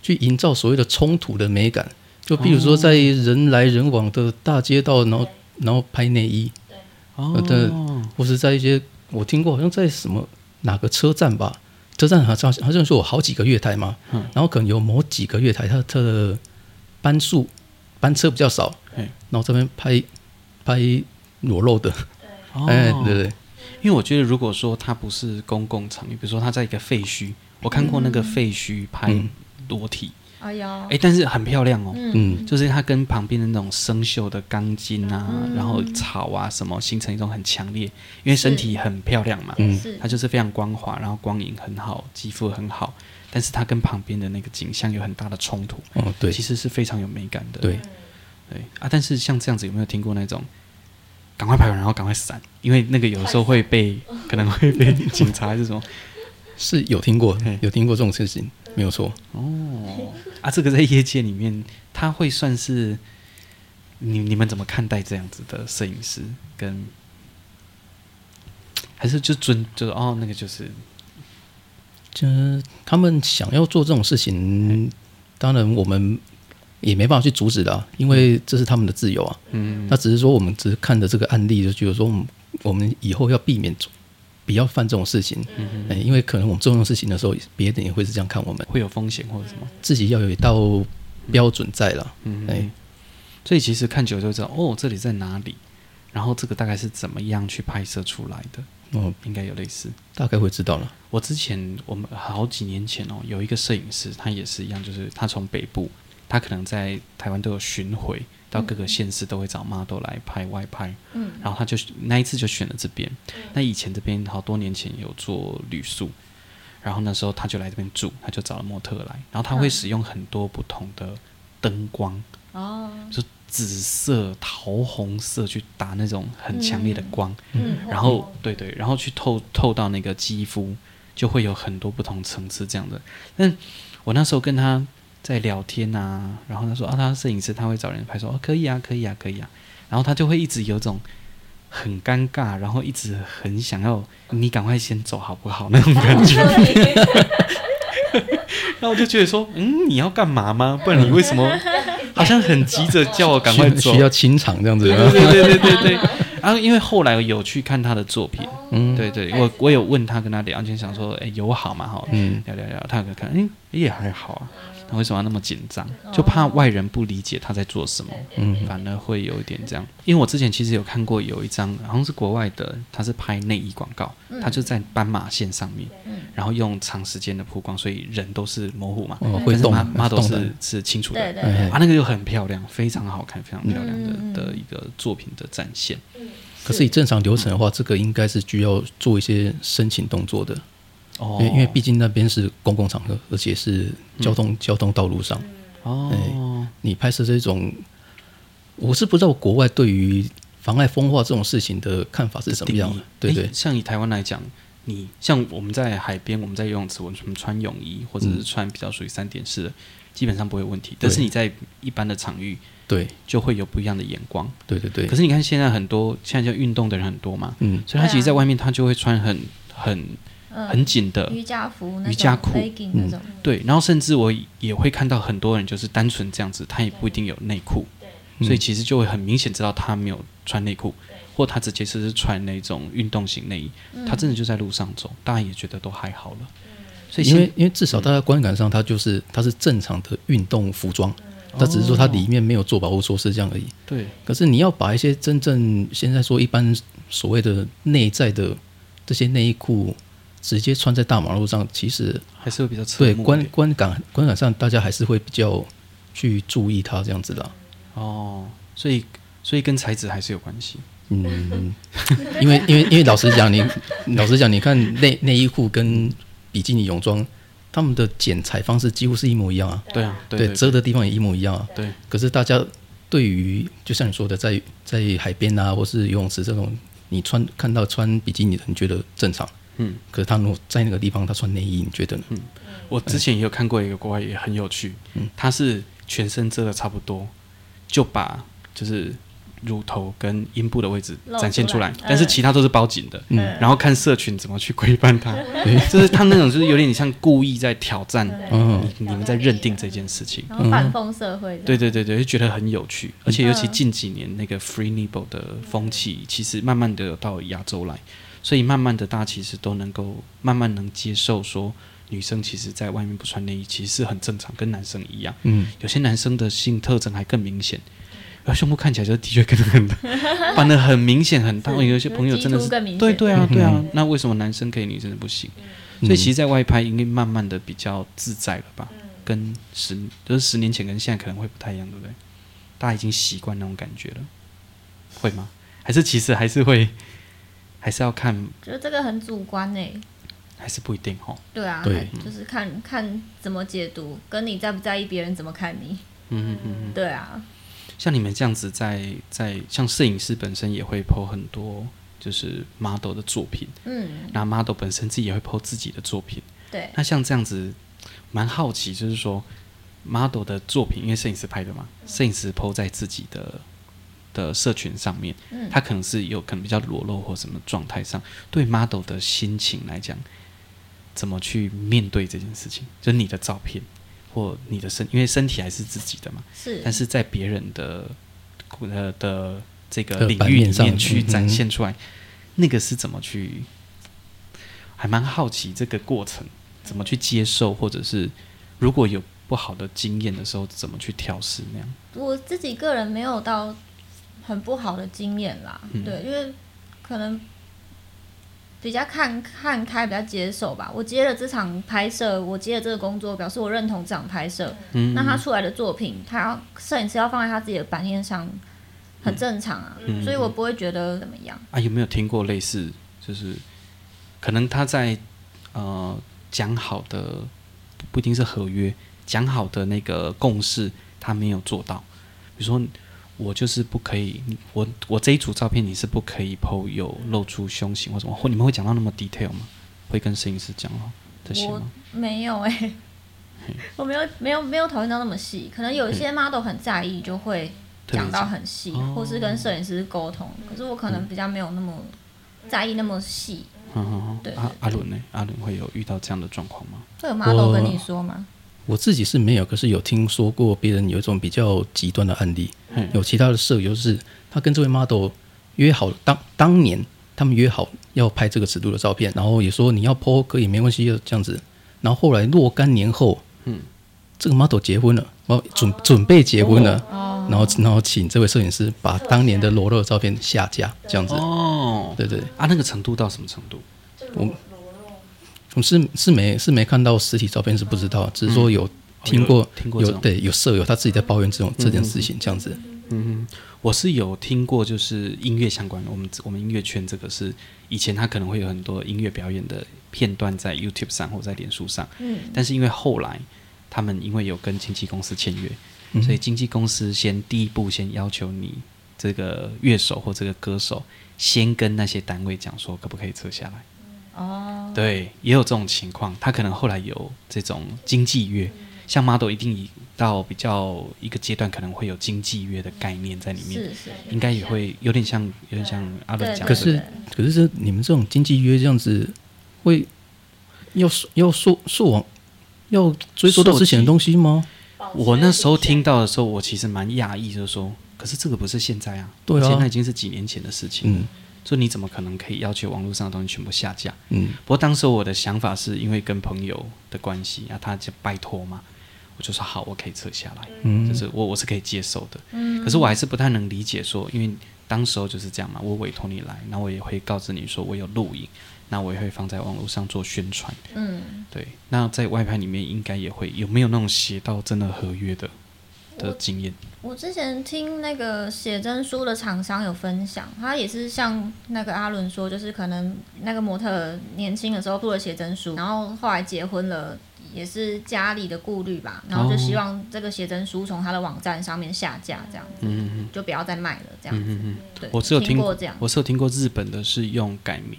[SPEAKER 2] 去营造所谓的冲突的美感，就比如说在人来人往的大街道，然后然后拍内衣，
[SPEAKER 1] 哦，
[SPEAKER 2] 呃对或是在一些我听过好像在什么哪个车站吧，车站好像好像说有好几个月台嘛，
[SPEAKER 1] 嗯
[SPEAKER 2] 然后可能有某几个月台它它的班数班车比较少，
[SPEAKER 1] 嘿
[SPEAKER 2] 然后这边拍拍裸露的，
[SPEAKER 1] 哦
[SPEAKER 2] 哎、对对，
[SPEAKER 1] 因为我觉得如果说它不是公共场域，比如说它在一个废墟，我看过那个废墟拍
[SPEAKER 2] 嗯
[SPEAKER 1] 裸体，
[SPEAKER 3] 哎呀
[SPEAKER 1] 哎、，但是很漂亮哦。
[SPEAKER 3] 嗯
[SPEAKER 2] 嗯
[SPEAKER 1] 就是它跟旁边的那种生锈的钢筋啊，
[SPEAKER 3] 嗯
[SPEAKER 1] 然后草啊什么，形成一种很强烈，因为身体很漂亮嘛，
[SPEAKER 2] 嗯
[SPEAKER 3] 是
[SPEAKER 1] 它就是非常光滑，然后光影很好，肌肤很好，但是它跟旁边的那个景象有很大的冲突，
[SPEAKER 2] 哦对
[SPEAKER 1] 其实是非常有美感的。
[SPEAKER 2] 对，
[SPEAKER 1] 对啊，但是像这样子有没有听过那种？赶快拍完，然后赶快闪，因为那个有时候会被，可能会被警察还是什
[SPEAKER 2] [LAUGHS]
[SPEAKER 1] 么。
[SPEAKER 2] 是有听过
[SPEAKER 1] 嘿
[SPEAKER 2] 有听过这种事情，没有错，
[SPEAKER 1] 哦，啊，这个在业界里面，他会算是你你们怎么看待这样子的摄影师跟，还是就尊就是哦那个就是
[SPEAKER 2] 就是他们想要做这种事情，当然我们也没办法去阻止的、啊，因为这是他们的自由啊。
[SPEAKER 1] 嗯
[SPEAKER 2] 那只是说我们只是看着这个案例，就觉得说我们我们以后要避免做不要犯这种事情，嗯、因为可能我们做这种事情的时候，别人也会是这样看我们，
[SPEAKER 1] 会有风险或者什么。
[SPEAKER 2] 自己要有一道标准在了，
[SPEAKER 1] 嗯，
[SPEAKER 2] 哎
[SPEAKER 1] 所以其实看久了就知道哦，这里在哪里，然后这个大概是怎么样去拍摄出来的，
[SPEAKER 2] 哦，
[SPEAKER 1] 应该有类似。
[SPEAKER 2] 大概会知道了。
[SPEAKER 1] 我之前我们好几年前哦，有一个摄影师，他也是一样，就是他从北部，他可能在台湾都有巡回，到各个县市都会找 model 来拍外拍，
[SPEAKER 3] 嗯，
[SPEAKER 1] 然后他就那一次就选了这边。那以前这边好多年前有做旅宿，然后那时候他就来这边住，他就找了模特来，然后他会
[SPEAKER 3] 嗯
[SPEAKER 1] 使用很多不同的灯光，
[SPEAKER 3] 哦，
[SPEAKER 1] [LAUGHS] 就紫色、桃红色去打那种很强烈的光，
[SPEAKER 3] 嗯，
[SPEAKER 1] 然后对对，然后去透透到那个肌肤，就会有很多不同层次这样的。但我那时候跟他在聊天啊，然后他说啊，他摄影师他会找人拍说，哦，可以啊，可以啊，可以啊，然后他就会一直有种。很尴尬，然后一直很想要你赶快先走好不好那种
[SPEAKER 3] [LAUGHS]
[SPEAKER 1] 感觉，然后我就觉得说，嗯，你要干嘛吗？不然你为什么好像很急着叫我赶快
[SPEAKER 2] 需
[SPEAKER 1] 走？
[SPEAKER 2] 需要清场这样子。
[SPEAKER 1] 对对对对对。
[SPEAKER 2] [LAUGHS]
[SPEAKER 1] 然后因为后来有去看他的作品，
[SPEAKER 2] 嗯
[SPEAKER 1] 对对，我我有问他跟他聊，就想说，哎，友好嘛哈，
[SPEAKER 2] 嗯
[SPEAKER 1] 聊聊聊，他有看，哎，也还好啊。他为什么要那么紧张？就怕外人不理解他在做什么，
[SPEAKER 2] 哦嗯
[SPEAKER 1] 反而会有一点这样。因为我之前其实有看过有一张，好像是国外的，他是拍内衣广告，
[SPEAKER 2] 嗯
[SPEAKER 1] 他就在斑马线上面，然后用长时间的曝光，所以人都是模糊嘛，
[SPEAKER 2] 哦会动
[SPEAKER 1] 但是 mo- model
[SPEAKER 2] 动的
[SPEAKER 1] 是是清楚的，
[SPEAKER 3] 对对
[SPEAKER 2] 哎
[SPEAKER 3] 对，
[SPEAKER 1] 啊，那个就很漂亮，非常好看，非常漂亮的、
[SPEAKER 3] 嗯
[SPEAKER 1] 的一个作品的展现。
[SPEAKER 2] 可是以正常流程的话，这个应该是需要做一些申请动作的，
[SPEAKER 1] 哦
[SPEAKER 2] 因为因为毕竟那边是公共场合，而且是交通、
[SPEAKER 1] 嗯
[SPEAKER 2] 交通道路上，
[SPEAKER 1] 哦，
[SPEAKER 2] 你拍摄这种，我是不知道国外对于妨碍风化这种事情的看法是怎么样
[SPEAKER 1] 定
[SPEAKER 2] 的
[SPEAKER 1] 义，
[SPEAKER 2] 对
[SPEAKER 1] 诶
[SPEAKER 2] 对，
[SPEAKER 1] 像以台湾来讲，你像我们在海边，我们在游泳池，我们穿泳衣或者
[SPEAKER 2] 嗯
[SPEAKER 1] 是穿比较属于三点式的，基本上不会有问题。但是你在一般的场域
[SPEAKER 2] 对
[SPEAKER 1] 就会有不一样的眼光。
[SPEAKER 2] 对对对
[SPEAKER 1] 可，是你看现在很多现在就运动的人很多嘛，
[SPEAKER 2] 嗯，
[SPEAKER 1] 所以他其实
[SPEAKER 3] 对啊
[SPEAKER 1] 在外面他就会穿很很很紧的。
[SPEAKER 3] 嗯瑜伽服那种
[SPEAKER 1] 瑜伽裤
[SPEAKER 3] legging 那种，
[SPEAKER 1] 对，然后甚至我也会看到很多人就是单纯这样子，他也不一定有内裤，
[SPEAKER 2] 嗯
[SPEAKER 1] 所以其实就会很明显知道他没有穿内裤，或他直接是穿那种运动型内衣，他真的就在路上走，大家也觉得都还好了。所以
[SPEAKER 2] 因
[SPEAKER 1] 现
[SPEAKER 2] 为因为至少大家观感上，它就是它是正常的运动服装，
[SPEAKER 1] 哦
[SPEAKER 2] 它只是说它里面没有做保护措施这样而已。
[SPEAKER 1] 对
[SPEAKER 2] 可是你要把一些真正现在说一般所谓的内在的这些内衣裤直接穿在大马路上，其实
[SPEAKER 1] 还是会比较侧目
[SPEAKER 2] 对
[SPEAKER 1] 一点
[SPEAKER 2] 观观感观感上，大家还是会比较去注意它这样子的啊。
[SPEAKER 1] 哦，所以所以跟材质还是有关系。
[SPEAKER 2] 嗯，因为因为因为老实讲，你老实讲，你看内内衣裤跟比基尼泳装，他们的剪裁方式几乎是一模一样啊，
[SPEAKER 1] 对啊，对
[SPEAKER 2] 对，遮的地方也一模一样啊。
[SPEAKER 1] 对
[SPEAKER 2] 可是大家对于就像你说的，在在海边啊，或是游泳池这种，你穿看到穿比基尼的，你觉得正常。
[SPEAKER 1] 嗯，
[SPEAKER 2] 可是他如果在那个地方他穿内衣，你觉得呢？
[SPEAKER 1] 我之前也有看过一个国外也很有趣，他是全身遮的差不多，就把就是乳头跟阴部的位置展现出来，
[SPEAKER 3] 露出来
[SPEAKER 1] 但是其他都是包紧的，
[SPEAKER 2] 嗯
[SPEAKER 1] 然后看社群怎么去规范它，就是他那种就是有点像故意在挑战
[SPEAKER 2] 嗯
[SPEAKER 1] 你你们在认定这件事情。
[SPEAKER 3] 然后反讽社会的，
[SPEAKER 1] 对对对对，就觉得很有趣，而且尤其近几年那个 free n i b l e 的风气，其实慢慢的到亚洲来，所以慢慢的大家其实都能够慢慢能接受说，女生其实在外面不穿内衣其实是很正常，跟男生一样。
[SPEAKER 2] 嗯，
[SPEAKER 1] 有些男生的性特征还更明显，然后胸部看起来就的确更很大，
[SPEAKER 3] [LAUGHS]
[SPEAKER 1] 反而很明显很大。
[SPEAKER 3] 是
[SPEAKER 1] 有一些朋友真的
[SPEAKER 3] 就是是肌肤更明显
[SPEAKER 1] 对对啊
[SPEAKER 2] 嗯
[SPEAKER 1] 对啊，那为什么男生可以，女生就不行？所以其实，在外拍应该慢慢的比较自在了吧，跟十就是十年前跟现在可能会不太一样，对不对？大家已经习惯那种感觉了，会吗？还是其实还是会，还是要看，
[SPEAKER 3] 就是这个很主观欸诶、
[SPEAKER 1] 还是不一定哦。
[SPEAKER 3] 对啊，
[SPEAKER 2] 对
[SPEAKER 3] 就是看看怎么解读，跟你在不在意别人怎么看你，
[SPEAKER 1] 嗯嗯嗯。
[SPEAKER 3] 对啊，
[SPEAKER 1] 像你们这样子在，在像摄影师本身也会 PO 很多就是 model 的作品，
[SPEAKER 3] 嗯，
[SPEAKER 1] 那 model 本身自己也会 PO 自己的作品。
[SPEAKER 3] 对，
[SPEAKER 1] 那像这样子，蛮好奇，就是说 model 的作品，因为摄影师拍的嘛，
[SPEAKER 3] 嗯
[SPEAKER 1] 摄影师 PO 在自己的的社群上面，
[SPEAKER 3] 嗯
[SPEAKER 1] 他可能是有可能比较裸露或什么状态上，对 model 的心情来讲，怎么去面对这件事情？就是你的照片或你的身，因为身体还是自己的嘛，
[SPEAKER 3] 是，
[SPEAKER 1] 但是在别人的呃的这个
[SPEAKER 2] 呃
[SPEAKER 1] 领
[SPEAKER 2] 版
[SPEAKER 1] 域
[SPEAKER 2] 面
[SPEAKER 1] 里面
[SPEAKER 2] 上
[SPEAKER 1] 去
[SPEAKER 2] 嗯哼
[SPEAKER 1] 展现出来，那个是怎么去？还蛮好奇这个过程怎么去接受，或者是如果有不好的经验的时候，怎么去调试那样？
[SPEAKER 3] 我自己个人没有到很不好的经验啦，
[SPEAKER 1] 嗯
[SPEAKER 3] 对，因为可能比较看看开，比较接受吧。我接了这场拍摄，我接了这个工作，表示我认同这场拍摄。
[SPEAKER 1] 嗯，
[SPEAKER 3] 那他出来的作品，他要摄影师要放在他自己的版面上，很正常啊，
[SPEAKER 1] 嗯
[SPEAKER 3] 所以我不会觉得怎么样。
[SPEAKER 1] 啊，有没有听过类似，就是可能他在呃讲好的不不一定是合约，讲好的那个共识他没有做到，比如说我就是不可以，我我这一组照片你是不可以 PO 有露出胸型或什么，或你们会讲到那么 detail 吗？会跟摄影师讲哦这些
[SPEAKER 3] 我
[SPEAKER 1] 吗？
[SPEAKER 3] 没有哎、我没有没有没有讨论到那么细，可能有一些 model 很在意，就会
[SPEAKER 1] 特别
[SPEAKER 3] 讲到很细，
[SPEAKER 1] 哦
[SPEAKER 3] 或是跟摄影师沟通。可是我可能比较没有那么在意那么细。
[SPEAKER 1] 嗯嗯
[SPEAKER 3] 对
[SPEAKER 1] 嗯，阿阿伦呢？阿伦会有遇到这样的状况吗？
[SPEAKER 3] 会有 model
[SPEAKER 2] 我
[SPEAKER 3] 跟你说吗？
[SPEAKER 2] 我自己是没有，可是有听说过别人有一种比较极端的案例
[SPEAKER 1] 嗯，
[SPEAKER 2] 有其他的舍友是他跟这位 model 约好当当年他们约好要拍这个尺度的照片，然后也说你要 PO 可以没关系这样子，然后后来若干年后，
[SPEAKER 1] 嗯，
[SPEAKER 2] 这个 model 结婚了，哦准准备结婚了，
[SPEAKER 3] 哦，
[SPEAKER 2] 然后然后请这位摄影师把当年的裸露的照片下架这样子，
[SPEAKER 1] 哦，
[SPEAKER 2] 对对，
[SPEAKER 1] 啊，那个程度到什么程度？嗯
[SPEAKER 2] 我是是没是没看到实体照片是不知道，只是说有听过、
[SPEAKER 1] 哦有听过这
[SPEAKER 2] 有
[SPEAKER 1] 种
[SPEAKER 2] 对有舍友他自己在抱怨这种这件事情这样子。
[SPEAKER 1] 嗯，我是有听过，就是音乐相关的，我们我们音乐圈这个是以前他可能会有很多音乐表演的片段在 YouTube 上或在脸书上，
[SPEAKER 3] 嗯，
[SPEAKER 1] 但是因为后来他们因为有跟经纪公司签
[SPEAKER 3] 嗯
[SPEAKER 1] 约，
[SPEAKER 2] 嗯
[SPEAKER 1] 所以经纪公司先第一步先要求你这个乐手或这个歌手先跟那些单位讲说可不可以撤下来。
[SPEAKER 3] 哦，
[SPEAKER 1] 对，也有这种情况，他可能后来有这种经纪约，像 model 一定到比较一个阶段，可能会有经纪约的概念在里面，
[SPEAKER 3] 是是，
[SPEAKER 1] 应该也会有点像，有点像阿伦
[SPEAKER 3] 对
[SPEAKER 1] 讲
[SPEAKER 2] 可
[SPEAKER 1] 的，
[SPEAKER 2] 是可是这你们这种经济约这样子，会要溯要溯溯往要追溯到之前的东西吗？
[SPEAKER 1] 我那时候听到的时候，我其实蛮讶异，就是说，可是这个不是现在啊，
[SPEAKER 2] 对啊
[SPEAKER 1] 现在已经是几年前的事情了，
[SPEAKER 2] 嗯
[SPEAKER 1] 所以你怎么可能可以要求网络上的东西全部下架？
[SPEAKER 2] 嗯，
[SPEAKER 1] 不过当时我的想法是因为跟朋友的关系啊，他就拜托嘛，我就说好，我可以撤下来，
[SPEAKER 2] 嗯
[SPEAKER 1] 就是我我是可以接受的。
[SPEAKER 3] 嗯
[SPEAKER 1] 可是我还是不太能理解说，因为当时候就是这样嘛，我委托你来，那我也会告知你说我有录影，那我也会放在网络上做宣传。
[SPEAKER 3] 嗯，
[SPEAKER 1] 对，那在外拍里面应该也会有没有那种写到真的合约的的经验？
[SPEAKER 3] 我之前听那个写真书的厂商有分享，他也是像那个阿伦说，就是可能那个模特儿年轻的时候录了写真书，然后后来结婚了，也是家里的顾虑吧，然
[SPEAKER 1] 哦
[SPEAKER 3] 后就希望这个写真书从他的网站上面下架，这样子
[SPEAKER 1] 嗯嗯嗯
[SPEAKER 3] 就不要再卖了，这样子。
[SPEAKER 1] 嗯嗯，
[SPEAKER 3] 对，
[SPEAKER 1] 我只有
[SPEAKER 3] 听
[SPEAKER 1] 听
[SPEAKER 3] 过这样
[SPEAKER 1] 我是有听过日本的是用改名。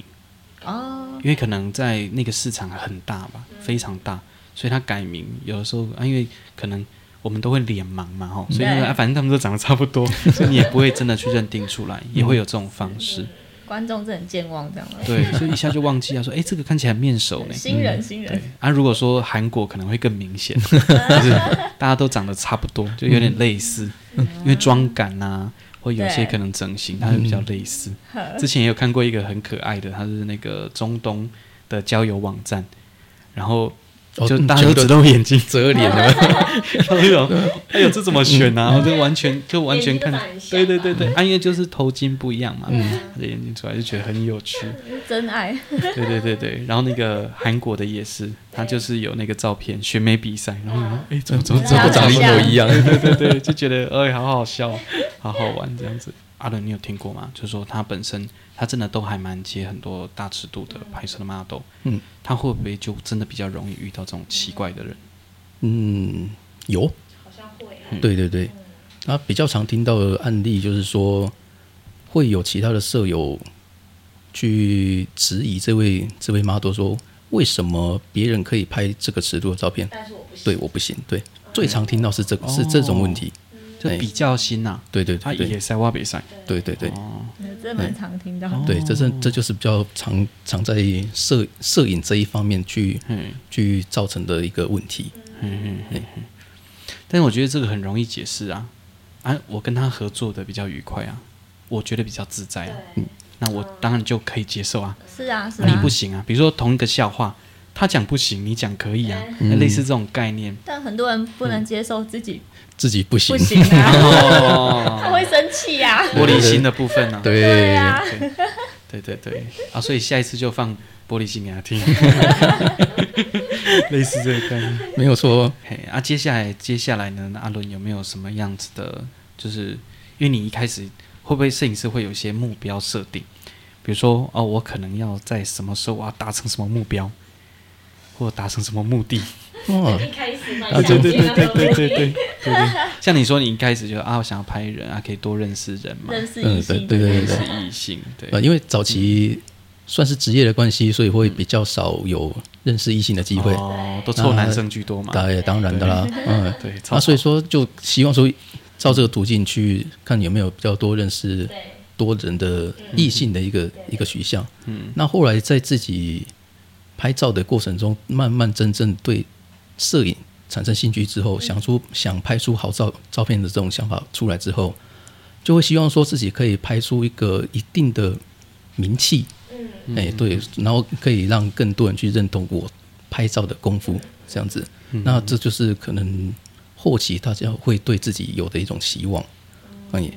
[SPEAKER 3] 哦，
[SPEAKER 1] 因为可能在那个市场很大吧，非常大，所以他改名有的时候啊，因为可能我们都会脸盲嘛，吼，所以
[SPEAKER 3] 对
[SPEAKER 1] 啊，反正他们都长得差不 [LAUGHS] 多，所以你也不会真的去认定出来，也会有这种方式，
[SPEAKER 3] 观众是很健忘这样的。
[SPEAKER 1] 对，就一下就忘记啊，说哎，这个看起来很面熟呢。
[SPEAKER 3] 新人，新人
[SPEAKER 1] 对，啊，如果说韩国可能会更明 [LAUGHS] 显，就是大家都长得差不多，就有点类似，因为妆感呐、或有些
[SPEAKER 3] 对
[SPEAKER 1] 可能整形，它会比较类似。之前也有看过一个很可爱的，它是那个中东的交友网站，然 [LAUGHS] 后
[SPEAKER 2] 哦
[SPEAKER 1] 就
[SPEAKER 2] 嗯
[SPEAKER 1] 大家都
[SPEAKER 2] 全
[SPEAKER 1] 只
[SPEAKER 2] 部
[SPEAKER 1] 露眼睛，
[SPEAKER 2] 遮脸了，
[SPEAKER 1] [LAUGHS] 他那种，哎呦，这怎么选啊？我这完全就完全看
[SPEAKER 4] 眼睛都长，得
[SPEAKER 1] 对
[SPEAKER 4] 很
[SPEAKER 1] 对对对，啊，因为就是头巾不一样嘛，他的眼睛出来就觉得很有趣。
[SPEAKER 3] 真爱，
[SPEAKER 1] 对对对对，然后那个韩国的也是，他就是有那个照片选美比赛，然后
[SPEAKER 2] [LAUGHS]
[SPEAKER 1] 哎、诶怎么怎么
[SPEAKER 2] 这
[SPEAKER 1] 怎
[SPEAKER 2] 不
[SPEAKER 1] 么
[SPEAKER 2] 长得一模一样。
[SPEAKER 1] 对对对，就觉得哎、好好笑，好好玩这样子。阿伦，你有听过吗？就是说他本身他真的都还蛮接很多大尺度的拍摄的 model，
[SPEAKER 2] 嗯，
[SPEAKER 1] 他会不会就真的比较容易遇到这种奇怪的人？
[SPEAKER 2] [LAUGHS] 嗯，有，
[SPEAKER 4] 好像会
[SPEAKER 1] 嗯
[SPEAKER 4] 啊，
[SPEAKER 2] 对对对。那比较常听到的案例就是说，会有其他的舍友去质疑这位这位 model 说，为什么别人可以拍这个尺度的照片，
[SPEAKER 4] 但是我不行。
[SPEAKER 2] 对我不行？对，最常听到是这个是这种问题。
[SPEAKER 1] 就
[SPEAKER 2] 哎
[SPEAKER 1] 哦比较心呐、
[SPEAKER 2] 对对
[SPEAKER 1] 他
[SPEAKER 2] 对对
[SPEAKER 1] 也赛挖比赛，
[SPEAKER 2] 对对对
[SPEAKER 1] 哦，
[SPEAKER 3] 这蛮常听到的。
[SPEAKER 2] 对，这是这就是比较常常在摄摄影这一方面去
[SPEAKER 1] 嗯。
[SPEAKER 2] 去造成的一个问题。
[SPEAKER 1] 但是我觉得这个很容易解释啊，啊，我跟他合作的比较愉快啊，我觉得比较自嗯在啊，那我当然就可以接受啊。
[SPEAKER 3] 是啊，是
[SPEAKER 1] 那你
[SPEAKER 3] 啊
[SPEAKER 1] 不，行啊，比如说同一个笑话，他讲不行，你讲可以啊，类似这种概念。
[SPEAKER 3] 但很多人
[SPEAKER 1] 嗯
[SPEAKER 3] 不能接受自己
[SPEAKER 2] 自己不行
[SPEAKER 3] 不，行
[SPEAKER 1] [LAUGHS]
[SPEAKER 3] 啊，
[SPEAKER 1] 哦，
[SPEAKER 3] [LAUGHS] 他会生气呀、
[SPEAKER 1] 玻璃心的部分呢、啊？
[SPEAKER 2] [LAUGHS]
[SPEAKER 3] 对
[SPEAKER 2] 对，
[SPEAKER 3] 呀、
[SPEAKER 1] 对对对啊，所以下一次就放玻璃心给他听， [LAUGHS] 类似这个概念。
[SPEAKER 2] 没有错。
[SPEAKER 1] 嘿，啊，接下来接下来呢，阿伦有没有什么样子的？就是因为你一开始会不会摄影师会有一些目标设定？比如说，哦，我可能要在什么时候我要达成什么目标，或达成什么目的？
[SPEAKER 4] [LAUGHS]
[SPEAKER 2] 哦，
[SPEAKER 4] 一开始蛮
[SPEAKER 2] 啊
[SPEAKER 4] 想
[SPEAKER 2] 对
[SPEAKER 4] 进那个
[SPEAKER 1] 对对对对。像你说，你一开始就啊，我想要拍人啊，可以多认识人嘛，
[SPEAKER 3] 认识异
[SPEAKER 2] 嗯，对
[SPEAKER 3] 性，
[SPEAKER 2] 对对
[SPEAKER 1] 认
[SPEAKER 2] 对
[SPEAKER 1] 识，异性，对，
[SPEAKER 2] 呃，因为早期算是职业的关系，所以会比较少有认识异性的机会。
[SPEAKER 1] 哦，都臭男生居多嘛，
[SPEAKER 2] 当然当然的啦，嗯，
[SPEAKER 1] 对，超
[SPEAKER 2] 那所以说就希望说照这个途径去看有没有比较多认识
[SPEAKER 4] 对
[SPEAKER 2] 多人的异性的一个一个取向。
[SPEAKER 1] 嗯，
[SPEAKER 2] 那后来在自己拍照的过程中，慢慢真正对摄影产生兴趣之后，想出想拍出好照照片的这种想法出来之后，就会希望说自己可以拍出一个一定的名气，
[SPEAKER 4] 嗯
[SPEAKER 2] 哎、对，然后可以让更多人去认同我拍照的功夫，这样子。那这就是可能后期大家会对自己有的一种希望。嗯，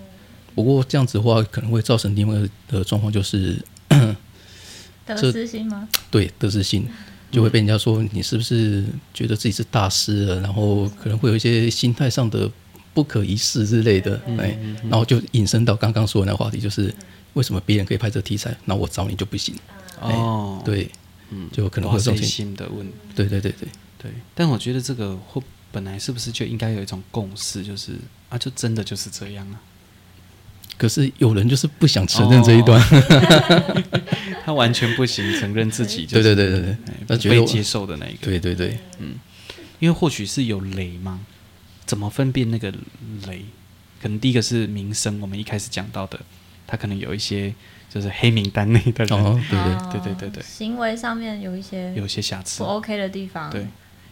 [SPEAKER 2] 不过这样子的话，可能会造成另外的状况，就是 [CLEARS THROAT]
[SPEAKER 3] 得
[SPEAKER 2] 这
[SPEAKER 3] 失心吗？
[SPEAKER 2] 对得失心就会被人家说你是不是觉得自己是大师了，然后可能会有一些心态上的不可一世之类的，哎，然后就引申到刚刚说的那个话题，就是为什么别人可以拍这个题材，那我找你就不行？
[SPEAKER 1] 哦，，
[SPEAKER 2] 哎对，
[SPEAKER 1] 嗯
[SPEAKER 2] 就可能
[SPEAKER 1] 哇
[SPEAKER 2] 会有这
[SPEAKER 1] 塞
[SPEAKER 2] 种情
[SPEAKER 1] 心的问
[SPEAKER 2] 对对对对，
[SPEAKER 1] 对，但我觉得这个会本来是不是就应该有一种共识，就是啊，就真的就是这样啊，
[SPEAKER 2] 可是有人就是不想承认这一段，
[SPEAKER 1] 哦
[SPEAKER 2] [LAUGHS]
[SPEAKER 1] 他完全不行承认自己、就
[SPEAKER 2] 对
[SPEAKER 1] 是，
[SPEAKER 2] 对对对对
[SPEAKER 1] 哎，
[SPEAKER 2] 那
[SPEAKER 1] 不
[SPEAKER 2] 觉得
[SPEAKER 1] 被
[SPEAKER 2] 我
[SPEAKER 1] 接受的那一个，
[SPEAKER 2] 对对对，
[SPEAKER 1] 嗯因为或许是有雷嘛，怎么分辨那个雷？可能第一个是名声，我们一开始讲到的，他可能有一些就是黑名单内的人、
[SPEAKER 2] 哦对对，
[SPEAKER 3] 哦
[SPEAKER 1] 对对对对
[SPEAKER 3] 行为上面有一些
[SPEAKER 1] 有一些瑕疵
[SPEAKER 3] 不，OK 的地方，
[SPEAKER 1] 对，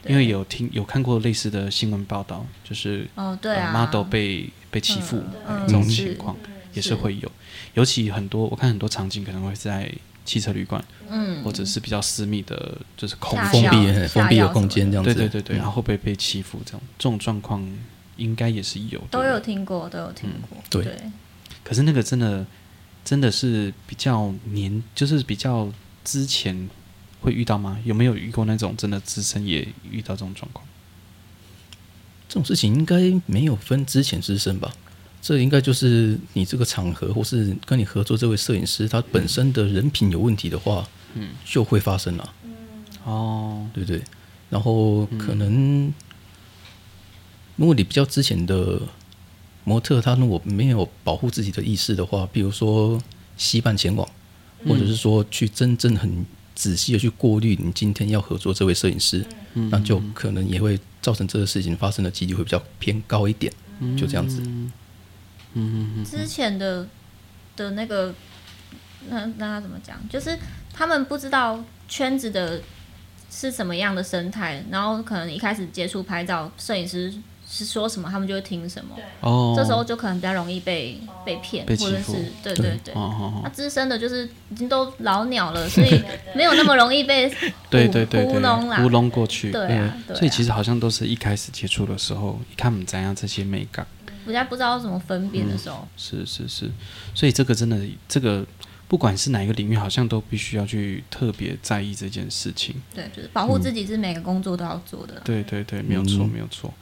[SPEAKER 3] 对
[SPEAKER 1] 因为有听有看过类似的新闻报道，就是
[SPEAKER 3] 哦对啊
[SPEAKER 1] 呃、model 被被欺负、
[SPEAKER 3] 嗯
[SPEAKER 1] 哎这种
[SPEAKER 2] 嗯
[SPEAKER 1] 情况也是会有，尤其很多我看很多场景可能会是在汽车旅馆、
[SPEAKER 3] 嗯，
[SPEAKER 1] 或者是比较私密的，就是空
[SPEAKER 3] 下
[SPEAKER 1] 间
[SPEAKER 2] 封
[SPEAKER 3] 药
[SPEAKER 2] 闭哎
[SPEAKER 3] 下药
[SPEAKER 2] 封闭的空间
[SPEAKER 3] 什么的
[SPEAKER 2] 这样子，嗯
[SPEAKER 1] 对对对对，然后会不会被欺负这种这种状况应该也是有的
[SPEAKER 3] 都有听过，都有听
[SPEAKER 1] 嗯
[SPEAKER 3] 过，
[SPEAKER 2] 嗯对
[SPEAKER 3] 对，
[SPEAKER 1] 可是那个真的真的是比较年，就是比较之前会遇到吗？有没有遇过那种真的资深也遇到这种状况？
[SPEAKER 2] 这种事情应该没有分之前之深吧？这应该就是你这个场合，或是跟你合作这位摄影师他本身的人品有问题的话，嗯，就会发生了，
[SPEAKER 1] 哦，
[SPEAKER 2] 对不对？然后可能，如果你比较之前的模特，他如果没有保护自己的意识的话，比如说吸伴前往，
[SPEAKER 1] 嗯
[SPEAKER 2] 或者是说去真正很仔细的去过滤你今天要合作这位摄影师，
[SPEAKER 1] 嗯
[SPEAKER 2] 那就可能也会造成这个事情发生的几率会比较偏高一点，就这样子。
[SPEAKER 1] 嗯嗯嗯
[SPEAKER 3] 之前的的那个，那那他怎么讲？就是他们不知道圈子的是什么样的生态，然后可能一开始接触拍照，摄影师是说什么，他们就会听什么，
[SPEAKER 1] 哦，
[SPEAKER 3] 这时候就可能比较容易被被骗，
[SPEAKER 1] 被
[SPEAKER 3] 或
[SPEAKER 1] 欺
[SPEAKER 3] 者
[SPEAKER 1] 负
[SPEAKER 3] 是对对对。
[SPEAKER 1] 哦哦
[SPEAKER 3] 那
[SPEAKER 1] 哦，
[SPEAKER 3] 资深的就是已经都老鸟了，所以没有那么容易被 [LAUGHS]
[SPEAKER 1] 对
[SPEAKER 3] 糊
[SPEAKER 1] 对对对，
[SPEAKER 3] 糊弄啦。
[SPEAKER 1] 糊弄过去，嗯
[SPEAKER 3] 对啊，对啊，
[SPEAKER 1] 所以其实好像都是一开始接触的时候，一看我们怎样这些美感，
[SPEAKER 3] 人家不知道怎么分辨的时候，
[SPEAKER 1] 是是是，所以这个真的，这个不管是哪一个领域，好像都必须要去特别在意这件事情。
[SPEAKER 3] 对，就是保护自己是每个工作都要做的啦。
[SPEAKER 1] 嗯对对对，没有错，
[SPEAKER 2] 嗯
[SPEAKER 1] 没有错。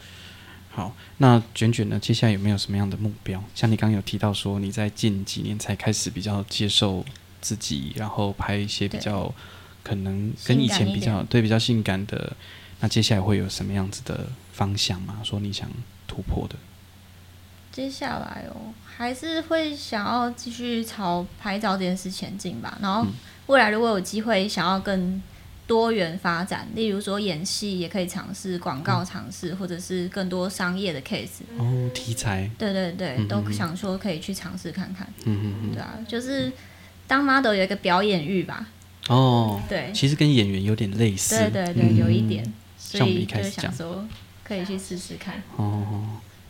[SPEAKER 1] 好，那卷卷呢？接下来有没有什么样的目标？像你刚刚有提到说，你在近几年才开始比较接受自己，然后拍一些比
[SPEAKER 3] 对
[SPEAKER 1] 较可能跟
[SPEAKER 3] 性
[SPEAKER 1] 以
[SPEAKER 3] 感
[SPEAKER 1] 前
[SPEAKER 3] 一
[SPEAKER 1] 比较
[SPEAKER 3] 点
[SPEAKER 1] 对比较性感的。那接下来会有什么样子的方向吗？说你想突破的？
[SPEAKER 3] 接下来哦，还是会想要继续朝拍照这件事前进吧。然
[SPEAKER 1] 嗯
[SPEAKER 3] 后未来如果有机会，想要更多元发展，例如说演戏也可以尝试，广告尝试，或者是更多商业的 case。
[SPEAKER 1] 哦，题材，
[SPEAKER 3] 对对对，
[SPEAKER 1] 嗯嗯
[SPEAKER 3] 都
[SPEAKER 1] 嗯
[SPEAKER 3] 想说可以去尝试看看。
[SPEAKER 1] 嗯嗯
[SPEAKER 3] 对啊，就是当 model 有一个表演欲吧。
[SPEAKER 1] 嗯，哦，
[SPEAKER 3] 对，
[SPEAKER 1] 其实跟演员有点类似，
[SPEAKER 3] 对对对，有一点，
[SPEAKER 1] 嗯
[SPEAKER 3] 所
[SPEAKER 1] 像我们一
[SPEAKER 3] 以
[SPEAKER 1] 开
[SPEAKER 3] 就
[SPEAKER 1] 始
[SPEAKER 3] 想
[SPEAKER 1] 讲
[SPEAKER 3] 说可以去试试看。
[SPEAKER 1] 哦，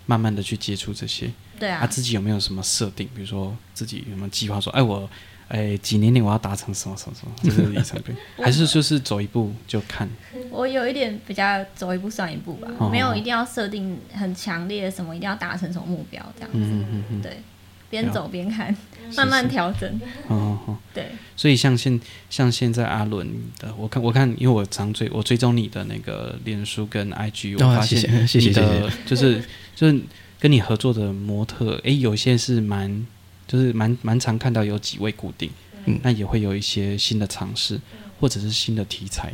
[SPEAKER 1] 慢啊慢的去接触这些。
[SPEAKER 3] 对啊
[SPEAKER 1] 他、自己有没有什么设定？比如说自己有没有计划说，哎，我哎，几年内我要达成什么什么什么，这是里程
[SPEAKER 3] [LAUGHS]
[SPEAKER 1] 碑，还是就是走一步就看？
[SPEAKER 3] 我有一点比较走一步算一步吧，
[SPEAKER 1] 哦
[SPEAKER 3] 没有一定要设定很强烈的什么，一定要达成什么目标这样子。
[SPEAKER 1] 嗯嗯嗯
[SPEAKER 3] 对，边走边看，慢慢调整。
[SPEAKER 1] 嗯，哦哦。
[SPEAKER 3] 对，
[SPEAKER 1] 所以像现像现在阿伦的，我看我看，因为我常追我追踪你的那个脸书跟 IG，我
[SPEAKER 2] 啊
[SPEAKER 1] 发现
[SPEAKER 2] 谢谢谢谢
[SPEAKER 1] 你的就是就是跟你合作的模特，诶，有些是蛮就是蛮蛮常看到有几位固定，
[SPEAKER 2] 嗯
[SPEAKER 1] 那也会有一些新的尝试，或者是新的题材，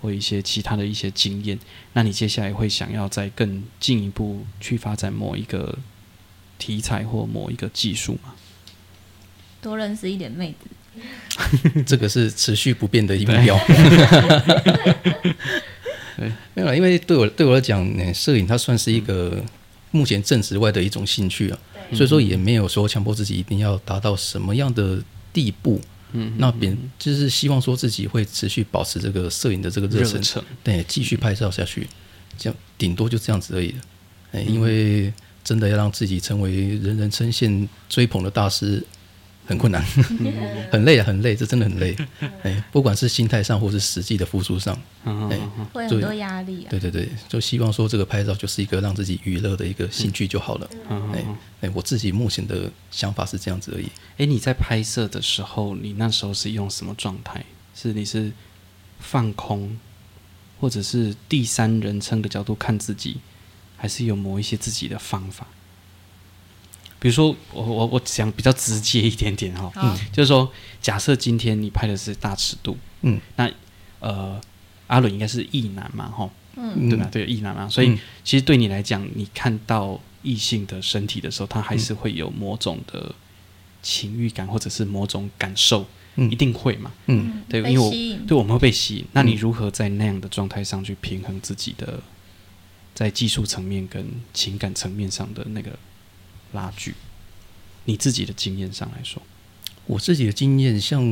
[SPEAKER 1] 或一些其他的一些经验。那你接下来会想要再更进一步去发展某一个题材或某一个技术吗？
[SPEAKER 3] 多认识一点妹子。
[SPEAKER 2] 这个是持续不变的一目标。 [LAUGHS]
[SPEAKER 1] 对，
[SPEAKER 2] 没有啦，因为对我对我来讲，呃摄影它算是一个目前正职外的一种兴趣啊，所以说也没有说强迫自己一定要达到什么样的地步。
[SPEAKER 1] 嗯，
[SPEAKER 2] 那边就是希望说自己会持续保持这个摄影的这个热
[SPEAKER 1] 热
[SPEAKER 2] 忱，
[SPEAKER 1] 忱，
[SPEAKER 2] 对，哎继续拍照下去，这样顶多就这样子而已了。哎，
[SPEAKER 1] 嗯
[SPEAKER 2] 因为真的要让自己成为人人称羡、追捧的大师，很
[SPEAKER 1] [LAUGHS]
[SPEAKER 2] 困难，很累啊，很累，这真的很累。哎，不管是心态上，或是实际的付出上，
[SPEAKER 1] 嗯嗯
[SPEAKER 2] 哎
[SPEAKER 1] 嗯，
[SPEAKER 3] 会很多压力啊。
[SPEAKER 2] 对对对，就希望说这个拍照就是一个让自己娱乐的一个兴趣就好了。
[SPEAKER 1] 嗯
[SPEAKER 2] 哎
[SPEAKER 1] 嗯。
[SPEAKER 2] 哎，我自己目前的想法是这样子而已。
[SPEAKER 1] 诶，你在拍摄的时候，你那时候是用什么状态？是你是放空，或者是第三人称的角度看自己，还是有某一些自己的方法？比如说，我我我讲比较直接一点点哈、哦，
[SPEAKER 3] 好，
[SPEAKER 1] 就是说，假设今天你拍的是大尺度，
[SPEAKER 2] 嗯，
[SPEAKER 1] 那呃，阿伦应该是异男嘛，吼，
[SPEAKER 3] 嗯，
[SPEAKER 1] 对吧？
[SPEAKER 2] 嗯
[SPEAKER 1] 对，异男嘛，所以
[SPEAKER 2] 嗯
[SPEAKER 1] 其实对你来讲，你看到异性的身体的时候，他还是会有某种的情欲感，或者是某种感受，
[SPEAKER 2] 嗯
[SPEAKER 1] 一定会嘛？
[SPEAKER 2] 嗯
[SPEAKER 1] 对，
[SPEAKER 3] 被
[SPEAKER 1] 因为我
[SPEAKER 3] 吸引
[SPEAKER 1] 对我们会被吸引。那你如何在那样的状态上去平衡自己的在技术层面跟情感层面上的那个拉锯？你自己的经验上来说，
[SPEAKER 2] 我自己的经验，像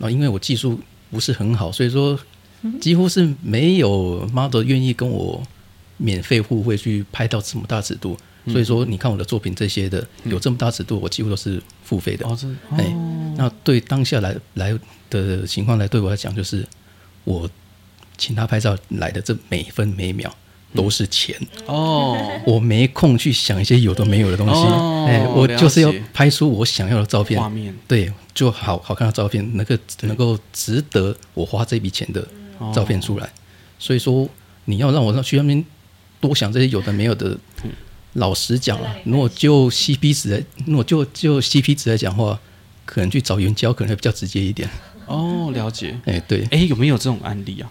[SPEAKER 2] 啊，因为我技术不是很好，所以说几乎是没有 model 愿意跟我免费互惠去拍到这么大尺度。
[SPEAKER 1] 嗯
[SPEAKER 2] 所以说，你看我的作品这些的有这么大尺度，我几乎都是付费的。
[SPEAKER 1] 哦，这
[SPEAKER 2] 哎、那对当下来来的情况来对我来讲，就是我请他拍照来的这每分每秒
[SPEAKER 1] 嗯
[SPEAKER 2] 都是钱，
[SPEAKER 1] 哦，
[SPEAKER 2] 我没空去想一些有的没有的东西。哎、
[SPEAKER 1] 哦
[SPEAKER 2] 我就是要
[SPEAKER 1] 了解
[SPEAKER 2] 拍出我想要的照片
[SPEAKER 1] 画。面
[SPEAKER 2] 对，就好好看的照片，能够能够值得我花这笔钱的照片出来。所以说，你要让我去那边多想这些有的没有的，老实讲啊，如果就 CP 值来，如果就就 CP 值来讲的话，可能去找援交可能会比较直接一点。
[SPEAKER 1] 哦，了解。
[SPEAKER 2] 哎，对，
[SPEAKER 1] 哎，有没有这种案例啊？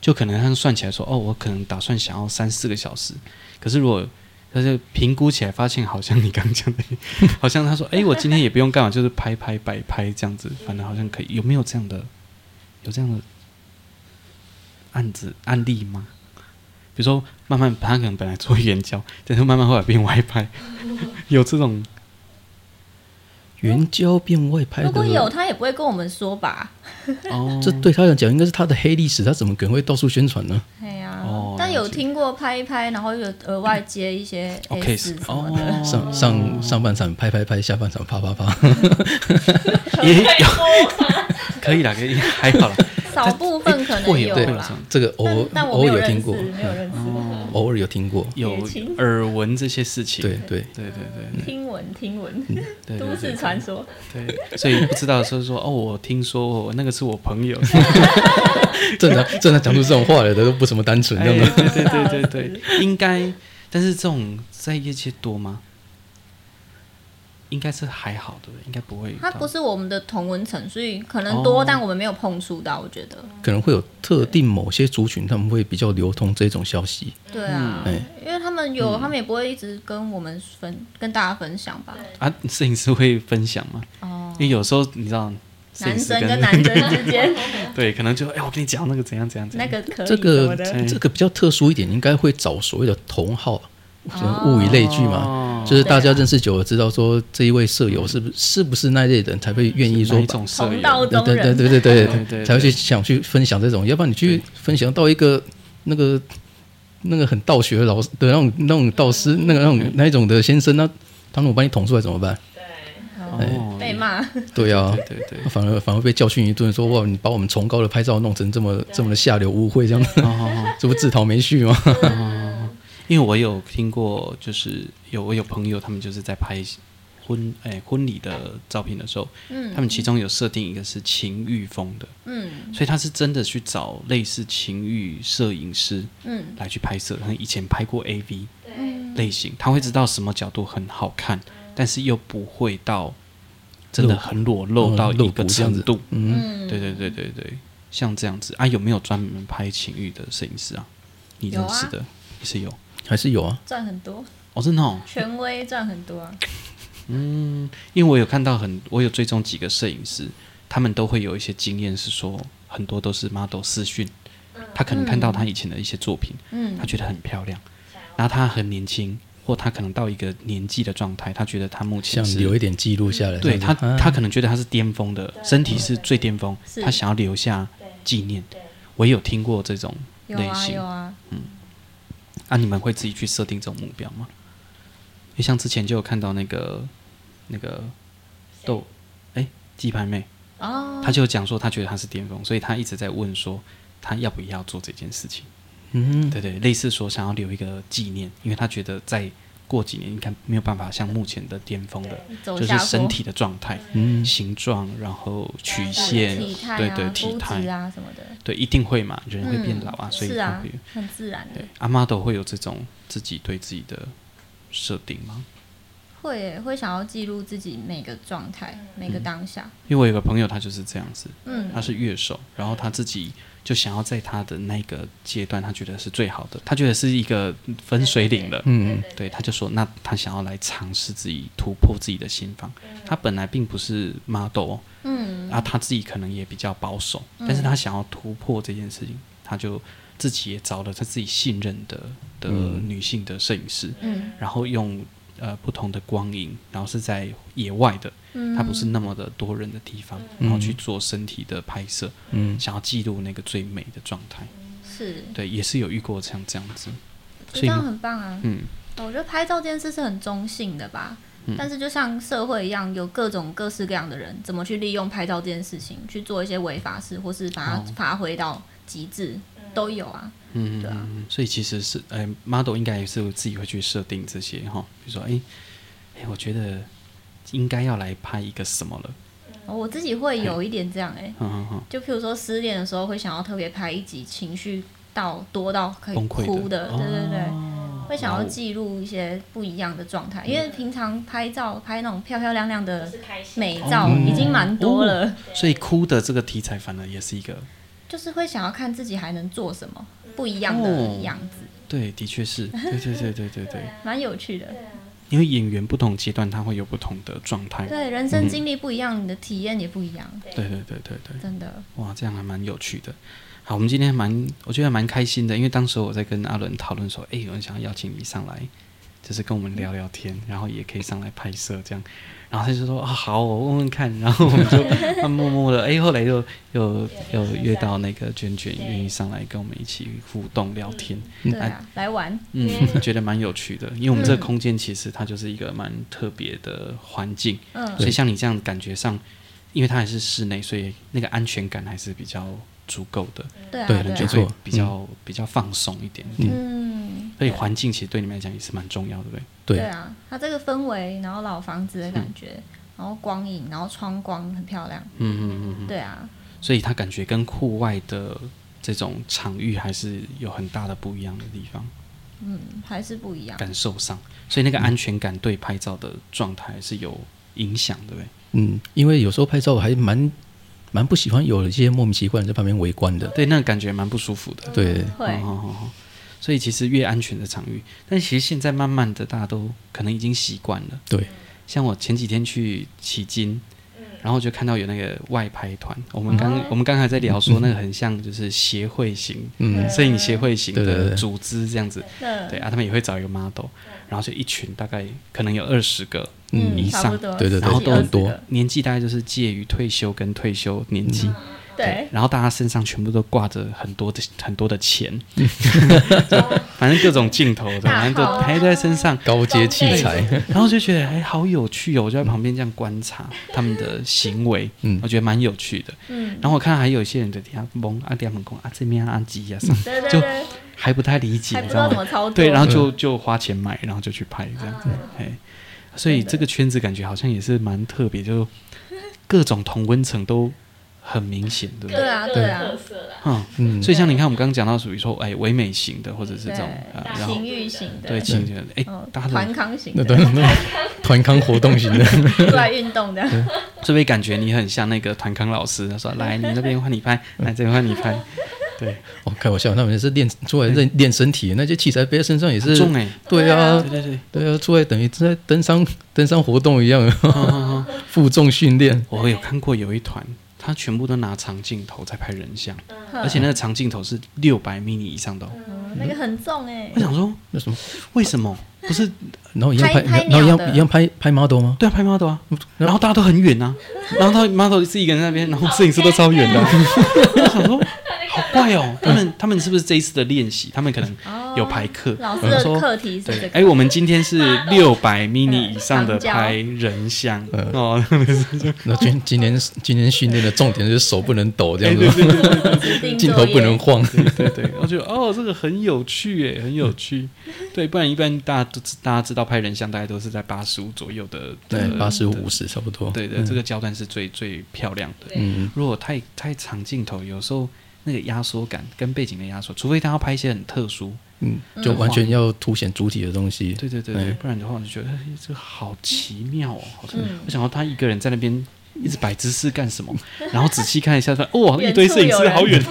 [SPEAKER 1] 就可能他算起来说，哦，我可能打算想要三四个小时，可是如果他就评估起来，发现好像你刚讲的， [LAUGHS] 好像他说，哎，我今天也不用干嘛，就是拍拍摆拍这样子，反正好像可以。有没有这样的有这样的案子案例吗？比如说，慢慢他可能本来做援交，但是慢慢后来变外拍， [LAUGHS] 有这种
[SPEAKER 2] 援交变外拍
[SPEAKER 3] 如果有，
[SPEAKER 2] 的，
[SPEAKER 3] 他也不会跟我们说吧？
[SPEAKER 1] 哦，
[SPEAKER 2] 这对他来讲应该是他的黑历史，他怎么可能会到处宣传呢？
[SPEAKER 3] 哎呀
[SPEAKER 1] 哦，
[SPEAKER 3] 但有
[SPEAKER 1] 了解
[SPEAKER 3] 听过拍一拍，然后有额外接一些
[SPEAKER 1] 哦
[SPEAKER 3] S
[SPEAKER 1] case
[SPEAKER 3] 什么的，
[SPEAKER 2] 上上上半场拍拍拍，下半场啪啪啪， [LAUGHS]
[SPEAKER 1] 也有 [LAUGHS] 可以啦，可以还好啦。
[SPEAKER 3] 少部分可能
[SPEAKER 1] 哎会有
[SPEAKER 3] 有
[SPEAKER 1] 对
[SPEAKER 3] 啦。
[SPEAKER 2] 这个偶
[SPEAKER 3] 但
[SPEAKER 2] 尔
[SPEAKER 3] 但我
[SPEAKER 2] 偶
[SPEAKER 3] 没
[SPEAKER 2] 尔有
[SPEAKER 3] 认
[SPEAKER 2] 听
[SPEAKER 3] 识，
[SPEAKER 2] 过，
[SPEAKER 3] 没有认识过。
[SPEAKER 2] 偶尔有听过，
[SPEAKER 1] 有
[SPEAKER 3] 野情
[SPEAKER 1] 耳闻这些事情。
[SPEAKER 2] 对对。 [LAUGHS]
[SPEAKER 1] 对对对
[SPEAKER 3] [LAUGHS] 听闻听闻，
[SPEAKER 1] 嗯对对
[SPEAKER 3] [LAUGHS] 都市传说。
[SPEAKER 1] 对对，所以不知道说说哦，我听说我那个是我朋友，
[SPEAKER 2] 正常正常讲出这种话来的都不怎么单
[SPEAKER 1] [LAUGHS]
[SPEAKER 2] 纯，
[SPEAKER 1] 哎
[SPEAKER 2] 这样的。
[SPEAKER 1] 对对对对对，应该，但是这种在业界多吗？应该是还好，对不对？应该不会到。
[SPEAKER 3] 它不是我们的同文层，所以可能
[SPEAKER 1] 哦
[SPEAKER 3] 多，但我们没有碰触到。我觉得，
[SPEAKER 2] 可能会有特定某些族群，他们会比较流通这种消息。
[SPEAKER 3] 对啊
[SPEAKER 2] 嗯，
[SPEAKER 3] 因为他们有，他们也不会一直跟我们分，跟大家分享吧。
[SPEAKER 1] 啊，摄影师会分享吗？
[SPEAKER 3] 哦
[SPEAKER 1] 因，为有时候你知道，摄
[SPEAKER 3] 男
[SPEAKER 1] 影师
[SPEAKER 3] 生跟男生之 [LAUGHS] 间
[SPEAKER 1] [LAUGHS] 对，可能就哎，我跟你讲那个怎样怎样怎
[SPEAKER 3] 那
[SPEAKER 1] 样。
[SPEAKER 3] 个可以
[SPEAKER 2] 这
[SPEAKER 3] 什哎么
[SPEAKER 2] 个
[SPEAKER 3] 的，
[SPEAKER 1] 嗯
[SPEAKER 2] 这个比较特殊一点，应该会找所谓的同好，可能物以类聚嘛，
[SPEAKER 1] 哦，
[SPEAKER 2] 就是大家认识久了，知道说这一位舍友是不是不是那类人才会愿意说
[SPEAKER 1] 哪一。种摄
[SPEAKER 3] 同
[SPEAKER 1] 影？
[SPEAKER 3] 道
[SPEAKER 2] 对
[SPEAKER 3] 中
[SPEAKER 2] 对对
[SPEAKER 3] 人。
[SPEAKER 2] 对对
[SPEAKER 1] 对对
[SPEAKER 2] 对
[SPEAKER 1] 对
[SPEAKER 2] 才会去想去分享这种，要不然你去分享到一个那个那个很道学的老师的那种那种道师，那个那种那一种的先生，那他如果把你捅出来怎么办？
[SPEAKER 3] 哦
[SPEAKER 1] 哦，
[SPEAKER 3] 被骂，
[SPEAKER 2] [LAUGHS] 对啊，
[SPEAKER 1] 对对，
[SPEAKER 2] 反而反而被教训一顿，说哇，你把我们崇高的拍照弄成这么这么的下流污秽，这样， [LAUGHS]
[SPEAKER 1] 哦 [LAUGHS]
[SPEAKER 2] 这不自讨没趣吗？
[SPEAKER 1] 嗯因为我有听过，就是有我有朋友，他们就是在拍婚哎、婚礼的照片的时候，
[SPEAKER 3] 嗯
[SPEAKER 1] 他们其中有设定一个是情欲风的，
[SPEAKER 3] 嗯
[SPEAKER 1] 所以他是真的去找类似情欲摄影师
[SPEAKER 3] 嗯
[SPEAKER 1] 来去拍摄，他以前拍过 AV
[SPEAKER 3] 嗯，
[SPEAKER 1] 类型，他会知道什么角度很好看，但是又不会到真的很裸露
[SPEAKER 2] 嗯
[SPEAKER 1] 到
[SPEAKER 2] 露
[SPEAKER 1] 一个
[SPEAKER 2] 骨这样
[SPEAKER 1] 程
[SPEAKER 2] 子
[SPEAKER 1] 度。
[SPEAKER 2] 嗯，
[SPEAKER 3] 嗯
[SPEAKER 1] 对对对对对，像这样子啊，有没有专门拍情欲的摄影师啊？你认识的也是有
[SPEAKER 2] 还是有啊，
[SPEAKER 3] 赚很多，
[SPEAKER 1] 哦，真的哦，
[SPEAKER 3] 权威赚很多啊，
[SPEAKER 1] 因为我有看到很，我有追踪几个摄影师，他们都会有一些经验，是说很多都是 model 私讯，他可能看到他以前的一些作品，
[SPEAKER 3] 嗯
[SPEAKER 1] 他觉得很漂亮，然后他很年轻，或他可能到一个年纪的状态，他觉得他目前
[SPEAKER 2] 想
[SPEAKER 1] 是
[SPEAKER 2] 留一点记录下来。
[SPEAKER 1] 对
[SPEAKER 2] 这
[SPEAKER 1] 他
[SPEAKER 2] 样子啊，
[SPEAKER 1] 他可能觉得他是巅峰的，身体是最巅峰，
[SPEAKER 3] 是
[SPEAKER 1] 他想要留下纪念。我也有听过这种
[SPEAKER 3] 有
[SPEAKER 1] 类
[SPEAKER 3] 啊
[SPEAKER 1] 型
[SPEAKER 3] 有啊，
[SPEAKER 1] 啊，你们会自己去设定这种目标吗？因为像之前就有看到那个那个豆哎鸡排妹，
[SPEAKER 3] 哦，
[SPEAKER 1] 她就讲说她觉得她是巅峰，所以她一直在问说她要不要做这件事情。
[SPEAKER 2] 嗯，
[SPEAKER 1] 对对，类似说想要留一个纪念，因为她觉得再过几年应该没有办法像目前的巅峰的，
[SPEAKER 3] 走
[SPEAKER 1] 就
[SPEAKER 3] 下
[SPEAKER 1] 是
[SPEAKER 3] 坡
[SPEAKER 1] 身体的状态、
[SPEAKER 2] 嗯
[SPEAKER 1] 形状，然后曲线，
[SPEAKER 3] 体态啊、
[SPEAKER 1] 对对体
[SPEAKER 3] 肤
[SPEAKER 1] 态
[SPEAKER 3] 质啊什么的，
[SPEAKER 1] 对，一定会嘛，人会变
[SPEAKER 3] 嗯
[SPEAKER 1] 老啊，所以
[SPEAKER 3] 是
[SPEAKER 1] 她
[SPEAKER 3] 啊
[SPEAKER 1] 会。，
[SPEAKER 3] 很自然的
[SPEAKER 1] 对，，阿妈都会有这种自己对自己的设定吗？
[SPEAKER 3] 会耶会想要记录自己每个状态、每
[SPEAKER 1] 嗯
[SPEAKER 3] 个当下，
[SPEAKER 1] 因为我有个朋友，他就是这样子，
[SPEAKER 3] 嗯
[SPEAKER 1] 他是乐手，然后他自己就想要在他的那个阶段，他觉得是最好的，他觉得是一个分水岭了。
[SPEAKER 2] 嗯，
[SPEAKER 1] 对，他就说，那他想要来尝试自己突破自己的心房。他本来并不是 model，哦
[SPEAKER 3] 嗯
[SPEAKER 1] 啊，他自己可能也比较保守，但是他想要突破这件事情，他就自己也找了他自己信任的的女性的摄影师，
[SPEAKER 3] 嗯
[SPEAKER 1] 然后用呃不同的光影，然后是在野外的，
[SPEAKER 3] 嗯，
[SPEAKER 1] 啊它不是那么的多人的地方，然后去做身体的拍摄，
[SPEAKER 2] 嗯
[SPEAKER 1] 想要记录那个最美的状态。
[SPEAKER 3] 是，
[SPEAKER 1] 对，也是有遇过像这样子，
[SPEAKER 3] 这
[SPEAKER 1] 所以
[SPEAKER 3] 样很棒啊，
[SPEAKER 1] 嗯
[SPEAKER 3] 我觉得拍照这件事是很中性的吧，但是就像社会一样，有各种各式各样的人，怎么去利用拍照这件事情去做一些违法事，或是把它
[SPEAKER 1] 哦
[SPEAKER 3] 发挥到极致，都有啊。
[SPEAKER 1] 嗯，
[SPEAKER 3] 对啊
[SPEAKER 1] 嗯所以其实是哎、m o d e l 应该也是自己会去设定这些哈，比如说哎哎、我觉得应该要来拍一个什么了，
[SPEAKER 3] 哦我自己会有一点这样哎、
[SPEAKER 1] 嗯嗯嗯。
[SPEAKER 3] 就譬如说失恋的时候，会想要特别拍一集情绪到多到可以
[SPEAKER 1] 崩溃的
[SPEAKER 3] 哭的，
[SPEAKER 1] 哦
[SPEAKER 3] 对对对，会想要
[SPEAKER 1] 哇哦嗯
[SPEAKER 3] 记录一些不一样的状态，因为平常拍照拍那种漂漂亮亮的美照
[SPEAKER 1] 嗯
[SPEAKER 3] 已经蛮多了。
[SPEAKER 1] 所以哭的这个题材反而也是一个，
[SPEAKER 3] 就是会想要看自己还能做什么不一样
[SPEAKER 1] 哦
[SPEAKER 3] 的样子，
[SPEAKER 1] 对，的确是，对对对对对对，
[SPEAKER 3] 蛮有趣
[SPEAKER 4] 啊
[SPEAKER 3] 的。
[SPEAKER 1] 因为演员不同阶段他会有不同的状态，
[SPEAKER 3] [LAUGHS] 对，人
[SPEAKER 1] 嗯
[SPEAKER 3] 生经历不一样，你的体验也不一样，
[SPEAKER 1] 对对对对对，
[SPEAKER 3] 真的。
[SPEAKER 1] 哇，这样还蛮有趣的。好，我们今天蛮，我觉得蛮开心的，因为当时我在跟阿伦讨论说，诶，有人想要邀请你上来，就是跟我们聊聊天，然后也可以上来拍摄这样。然后他就说啊，好，我问问看。然后我们就慢默默的，诶，后来又又又约到那个卷卷，愿意上来跟我们一起互动聊天，
[SPEAKER 3] 对啊，来玩，
[SPEAKER 1] 嗯，觉得蛮有趣的。因为我们这个空间其实它就是一个蛮特别的环境，
[SPEAKER 3] 嗯
[SPEAKER 1] 所以像你这样感觉上，因为它还是室内，所以那个安全感还是比较足够的，
[SPEAKER 3] 对啊，
[SPEAKER 2] 对
[SPEAKER 3] 对
[SPEAKER 2] 没
[SPEAKER 3] 啊，
[SPEAKER 2] 错嗯
[SPEAKER 1] 会比较比较放松一点。
[SPEAKER 3] 嗯，
[SPEAKER 1] 所以环境其实对你们来讲也是蛮重要的，对不对？
[SPEAKER 3] 对
[SPEAKER 2] 对，
[SPEAKER 3] 啊，它这个氛围，然后老房子的感觉，然后光影，然后窗光很漂亮，
[SPEAKER 1] 嗯嗯嗯嗯。
[SPEAKER 3] 对啊，
[SPEAKER 1] 所以它感觉跟户外的这种场域还是有很大的不一样的地方，
[SPEAKER 3] 嗯，还是不一样，
[SPEAKER 1] 感受上，所以
[SPEAKER 2] 嗯
[SPEAKER 1] 那个安全感对拍照的状态还是有影响，对不对？
[SPEAKER 2] 嗯，因为有时候拍照我还蛮蛮不喜欢有一些莫名其妙的人在旁边围观的，
[SPEAKER 1] 对，那个感觉蛮不舒服的。
[SPEAKER 2] 对，
[SPEAKER 3] 会，
[SPEAKER 1] 哦哦哦所以其实越安全的场域，但其实现在慢慢的大家都可能已经习惯了。
[SPEAKER 2] 对，
[SPEAKER 1] 像我前几天去迄今，
[SPEAKER 4] 嗯
[SPEAKER 1] 然后就看到有那个外拍团，我们
[SPEAKER 2] 哦
[SPEAKER 1] 刚、我们刚才在聊说那个很像就是协会型，
[SPEAKER 2] 嗯
[SPEAKER 1] 摄影协会型
[SPEAKER 2] 对对
[SPEAKER 1] 的
[SPEAKER 2] 对
[SPEAKER 1] 组织这样子。
[SPEAKER 3] 那
[SPEAKER 1] 对啊，他们也会找一个 model，然后就一群大概可能有二十个，
[SPEAKER 2] 嗯
[SPEAKER 1] 以
[SPEAKER 3] 差不
[SPEAKER 1] 啊上
[SPEAKER 3] 多，
[SPEAKER 2] 对对对
[SPEAKER 3] 十几
[SPEAKER 1] 然后都
[SPEAKER 3] 二十
[SPEAKER 2] 很多
[SPEAKER 3] 个
[SPEAKER 2] 嗯
[SPEAKER 1] 年纪大概就是介于退休跟退休年纪，
[SPEAKER 3] 对，
[SPEAKER 1] 然后大家身上全部都挂着很多的很多的
[SPEAKER 3] [LAUGHS]
[SPEAKER 1] 钱，反正各种镜头的，
[SPEAKER 3] 大
[SPEAKER 1] 反正都
[SPEAKER 3] 号
[SPEAKER 1] 抬在身上，
[SPEAKER 2] 高阶器材，
[SPEAKER 1] 然后就觉得哎、好有趣哦！我就在旁边这样观察他们的行为，
[SPEAKER 2] 嗯
[SPEAKER 1] 我觉得蛮有趣的。
[SPEAKER 3] 嗯，
[SPEAKER 1] 然后我看还有一些人在底下蒙啊底下蒙讲啊这边啊鸡啊啥，
[SPEAKER 3] 对对
[SPEAKER 1] 就
[SPEAKER 3] 对，
[SPEAKER 1] [LAUGHS] 还不太理解，
[SPEAKER 3] 还
[SPEAKER 1] 你
[SPEAKER 3] 不
[SPEAKER 1] 知
[SPEAKER 3] 知
[SPEAKER 1] 道
[SPEAKER 3] 道
[SPEAKER 1] 吗
[SPEAKER 3] 怎？么嗯操作，
[SPEAKER 1] 对，然后
[SPEAKER 3] 嗯
[SPEAKER 1] 就就花钱买，然后就去拍这样子，哎、所以这个圈子感觉好像也是蛮特别，就各种同温层都很明显，对不对？
[SPEAKER 3] 对啊对啊，
[SPEAKER 1] 嗯，
[SPEAKER 2] 嗯，
[SPEAKER 1] 所以像你看，我们刚刚讲到属于说，哎，唯美型的，或者是这
[SPEAKER 3] 对
[SPEAKER 1] 种，呃，然后
[SPEAKER 3] 情欲型的，
[SPEAKER 1] 对情人，哎
[SPEAKER 3] 嗯，，
[SPEAKER 1] 大家
[SPEAKER 3] 团
[SPEAKER 1] 的
[SPEAKER 3] 康型
[SPEAKER 2] 那
[SPEAKER 3] 的，
[SPEAKER 2] 对，那团康活动型的， [LAUGHS]
[SPEAKER 3] 出来运动嗯的，
[SPEAKER 1] 这边感觉你很像那个团康老师，
[SPEAKER 3] [LAUGHS]
[SPEAKER 1] 他说来你那边换你拍，来这边换你拍， [LAUGHS]
[SPEAKER 2] 哦，开玩笑，他们是练出来练练身体，那些器材背在身上也
[SPEAKER 1] 很
[SPEAKER 2] 是，
[SPEAKER 1] 重哎，
[SPEAKER 2] 对啊
[SPEAKER 1] 对，对对，
[SPEAKER 2] 对啊，出来等于在登山 [LAUGHS] 登山活动一样，啊
[SPEAKER 1] 嗯
[SPEAKER 2] 负重训练，
[SPEAKER 1] 我有看过有一团，他全部都拿长镜头在拍人像，
[SPEAKER 4] 嗯
[SPEAKER 1] 而且那个长镜头是六百米以上的哦，
[SPEAKER 3] 嗯那个很重哎
[SPEAKER 1] 我，想说
[SPEAKER 2] 那什么，
[SPEAKER 1] 为什么不是
[SPEAKER 2] 然后一样
[SPEAKER 3] 拍
[SPEAKER 2] 拍，
[SPEAKER 3] 拍
[SPEAKER 2] 然后一
[SPEAKER 3] 鸟的
[SPEAKER 2] 样一样拍拍 model 吗？
[SPEAKER 1] 对啊，拍 model 啊，然后大家都很
[SPEAKER 3] [LAUGHS]
[SPEAKER 1] 远啊，然后他 model 自己一个人在那边，然后摄影师都超远的啊、我想说好怪哦，他们他们是不是这一次的练习，他们可能 [LAUGHS] 有排课，
[SPEAKER 3] 哦老师
[SPEAKER 1] 然后
[SPEAKER 3] 的
[SPEAKER 1] 说
[SPEAKER 3] 课题是
[SPEAKER 1] 对
[SPEAKER 3] 这，个，
[SPEAKER 1] 哎，我们今天是六百 mini
[SPEAKER 3] 嗯
[SPEAKER 1] 以上的拍人像
[SPEAKER 2] 嗯
[SPEAKER 1] 哦，
[SPEAKER 2] [LAUGHS] 那今今年今年训练的重点就是手不能抖，这
[SPEAKER 1] 哎
[SPEAKER 2] 样
[SPEAKER 1] 对
[SPEAKER 2] 子，
[SPEAKER 1] 对对对
[SPEAKER 3] 指定
[SPEAKER 2] 镜
[SPEAKER 3] 作
[SPEAKER 2] 头
[SPEAKER 3] 业
[SPEAKER 2] 不能晃。
[SPEAKER 1] 对对，我觉得哦，这个很有趣哎，很有趣，
[SPEAKER 3] 嗯
[SPEAKER 1] 对，不然一般大家都知大家知道拍人像，大概都是在八十五左右的，
[SPEAKER 2] 对，
[SPEAKER 1] 的
[SPEAKER 2] 八十五十差不多。
[SPEAKER 1] 对的，这个焦段是最最漂亮的。
[SPEAKER 2] 嗯，
[SPEAKER 1] 如果太太长镜头，有时候那个压缩感跟背景的压缩，除非他要拍一些很特殊，
[SPEAKER 2] 嗯，就完全要凸显主体的东西。
[SPEAKER 1] 对对对对，
[SPEAKER 2] 嗯
[SPEAKER 1] 不然的话我就觉得、哎这个好奇妙哦。好像
[SPEAKER 3] 嗯
[SPEAKER 1] 我想到他一个人在那边一直摆姿势干
[SPEAKER 3] [LAUGHS]
[SPEAKER 1] 什么，然后仔细看一下，说哦，一
[SPEAKER 3] 远
[SPEAKER 1] 堆
[SPEAKER 3] 处
[SPEAKER 1] 摄影
[SPEAKER 3] 有
[SPEAKER 1] 师
[SPEAKER 3] 人
[SPEAKER 1] 好
[SPEAKER 3] [LAUGHS]
[SPEAKER 1] 远，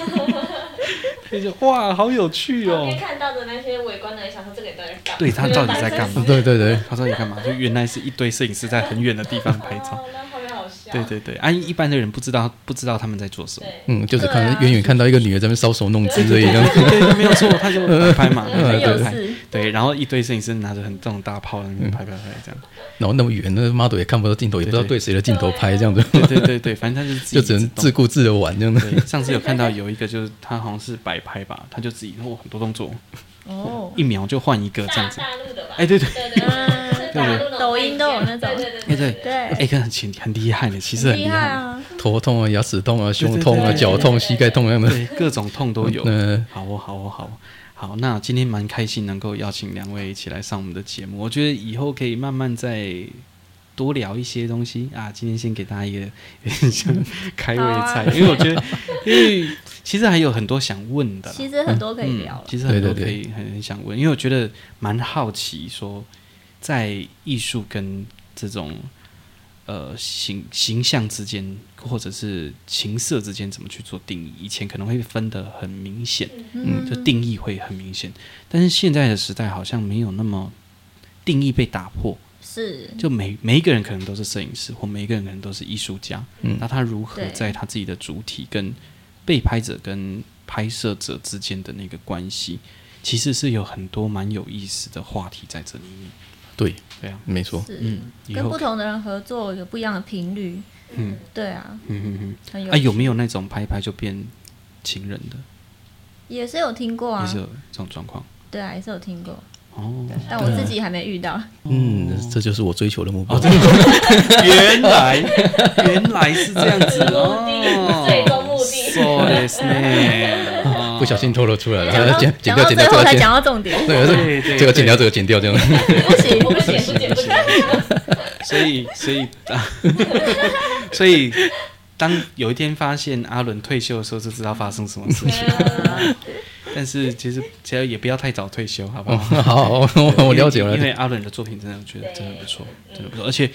[SPEAKER 1] 所以就哇，好有趣
[SPEAKER 4] 旁
[SPEAKER 1] 哦
[SPEAKER 4] 边。看到的那些围观的人想说这个到底在嗯干嘛？
[SPEAKER 1] 对他到底在干嘛？
[SPEAKER 2] 嗯对对对，
[SPEAKER 1] 他到底干嘛？就原来是一堆摄影师在很远的地方拍
[SPEAKER 3] [LAUGHS]
[SPEAKER 1] 照。
[SPEAKER 4] 哦，那后面好笑。
[SPEAKER 1] 对对对，啊，一般的人不知道不知道他们在做什么。
[SPEAKER 4] 对，
[SPEAKER 2] 嗯，就是可
[SPEAKER 3] 对
[SPEAKER 2] 能
[SPEAKER 3] 啊
[SPEAKER 2] 远远看到一个女的在那边搔首弄姿而已。这样
[SPEAKER 1] 对，没有错，他
[SPEAKER 3] [LAUGHS]
[SPEAKER 1] 就摆拍嘛，
[SPEAKER 3] 很有
[SPEAKER 1] 对拍
[SPEAKER 3] 事，嗯
[SPEAKER 1] 对，然后一堆摄影师拿着很这种大炮，在那边拍拍拍这样。
[SPEAKER 2] 然后那么远，那 model 也看不到镜头，也不知道对谁的镜头拍，这样子
[SPEAKER 1] 对对对对，反正他就是自己
[SPEAKER 2] 就只能自
[SPEAKER 1] 动。
[SPEAKER 2] 顾自的玩这样子。
[SPEAKER 1] 对，上次有看到有一个就是他好像是摆拍吧，他就自己做很多动作，
[SPEAKER 3] 哦，
[SPEAKER 1] 一秒就换一个这样
[SPEAKER 4] 大
[SPEAKER 1] 子。
[SPEAKER 4] 大陆的吧？
[SPEAKER 1] 哎，对对，
[SPEAKER 4] 对对
[SPEAKER 3] 嗯
[SPEAKER 4] 对，大陆那种
[SPEAKER 3] 抖音都有那种
[SPEAKER 4] 对对
[SPEAKER 1] 哎
[SPEAKER 4] 对
[SPEAKER 1] 对，
[SPEAKER 3] 对，
[SPEAKER 1] 哎，看很很厉害的，其实
[SPEAKER 3] 很
[SPEAKER 1] 很
[SPEAKER 3] 厉害
[SPEAKER 1] 害，
[SPEAKER 3] 啊，
[SPEAKER 2] 头痛啊、牙齿痛啊、胸痛
[SPEAKER 1] 对
[SPEAKER 2] 啊、
[SPEAKER 1] 对对
[SPEAKER 2] 脚痛、膝盖痛这样啊的。
[SPEAKER 1] 对，各种痛都有。
[SPEAKER 2] 嗯，
[SPEAKER 1] [LAUGHS] 好哦，好哦，好哦，好。那今天蛮开心能够邀请两位一起来上我们的节目，我觉得以后可以慢慢再多聊一些东西啊。今天先给大家一个有点像开胃菜，
[SPEAKER 3] 啊
[SPEAKER 1] 因为我觉得，因为其实还有很多想问的啦，
[SPEAKER 3] 其实很多可以聊
[SPEAKER 1] 嗯
[SPEAKER 3] 了，
[SPEAKER 1] 其实很多
[SPEAKER 2] 对对
[SPEAKER 1] 可以很很想问，因为我觉得蛮好奇说，在艺术跟这种呃形形象之间，或者是情色之间怎么去做定义？以前可能会分得很明显，
[SPEAKER 3] 嗯
[SPEAKER 1] 就定义会很明显，但是现在的时代好像没有那么。定义被打破，
[SPEAKER 3] 是
[SPEAKER 1] 就每每一个人可能都是摄影师，或每一个人可能都是艺术家。
[SPEAKER 2] 嗯
[SPEAKER 1] 那他如何
[SPEAKER 3] 对
[SPEAKER 1] 在他自己的主体跟被拍者跟拍摄者之间的那个关系，其实是有很多蛮有意思的话题在这里面。
[SPEAKER 2] 对，
[SPEAKER 1] 对啊，
[SPEAKER 2] 没错。
[SPEAKER 3] 是，
[SPEAKER 1] 嗯，以
[SPEAKER 3] 跟
[SPEAKER 1] 后
[SPEAKER 3] 不同的人合作有不一样的频率，
[SPEAKER 1] 嗯
[SPEAKER 3] 对啊，
[SPEAKER 1] 嗯嗯
[SPEAKER 3] 很
[SPEAKER 1] 嗯，
[SPEAKER 3] 有
[SPEAKER 1] 啊，有没有那种拍一拍就变情人的，
[SPEAKER 3] 也是有听过
[SPEAKER 1] 也
[SPEAKER 3] 啊
[SPEAKER 1] 是，有这种状况？
[SPEAKER 3] 对啊，也是有听过，
[SPEAKER 1] 哦， [LAUGHS]
[SPEAKER 2] 啊
[SPEAKER 3] 但我自己还没遇
[SPEAKER 2] [LAUGHS]
[SPEAKER 3] 到，
[SPEAKER 2] 嗯，这就是我追求的目标
[SPEAKER 1] 哦。原来原来是这样
[SPEAKER 3] [LAUGHS]
[SPEAKER 1] 子
[SPEAKER 4] 目的
[SPEAKER 1] 哦，
[SPEAKER 4] [LAUGHS] 最终目的
[SPEAKER 1] そうです
[SPEAKER 3] [LAUGHS]
[SPEAKER 1] ね哦
[SPEAKER 2] 不小心透露出来
[SPEAKER 3] 讲
[SPEAKER 2] 了，
[SPEAKER 3] 到
[SPEAKER 2] 剪剪掉，
[SPEAKER 3] 讲到
[SPEAKER 2] 剪掉，
[SPEAKER 3] 最
[SPEAKER 2] 这
[SPEAKER 3] 后
[SPEAKER 2] 个
[SPEAKER 3] 才
[SPEAKER 2] 剪
[SPEAKER 3] 讲到重点，
[SPEAKER 2] 对
[SPEAKER 1] 对对
[SPEAKER 2] 这
[SPEAKER 1] 对
[SPEAKER 2] 个剪掉，这个剪掉，这样。 [LAUGHS]
[SPEAKER 3] 不行，
[SPEAKER 4] 不剪不剪不剪，
[SPEAKER 1] 所以，所以， [LAUGHS] 啊、所以，当有一天发现阿伦退休的时候，就知道发生什么事情。 [LAUGHS] 但是，其实其实也不要太早退休，好不好？
[SPEAKER 2] 好， [LAUGHS] 我我了解
[SPEAKER 1] 因
[SPEAKER 2] 了
[SPEAKER 1] 为因。为阿伦的作品真的，我觉得真的不错，真的不错。而且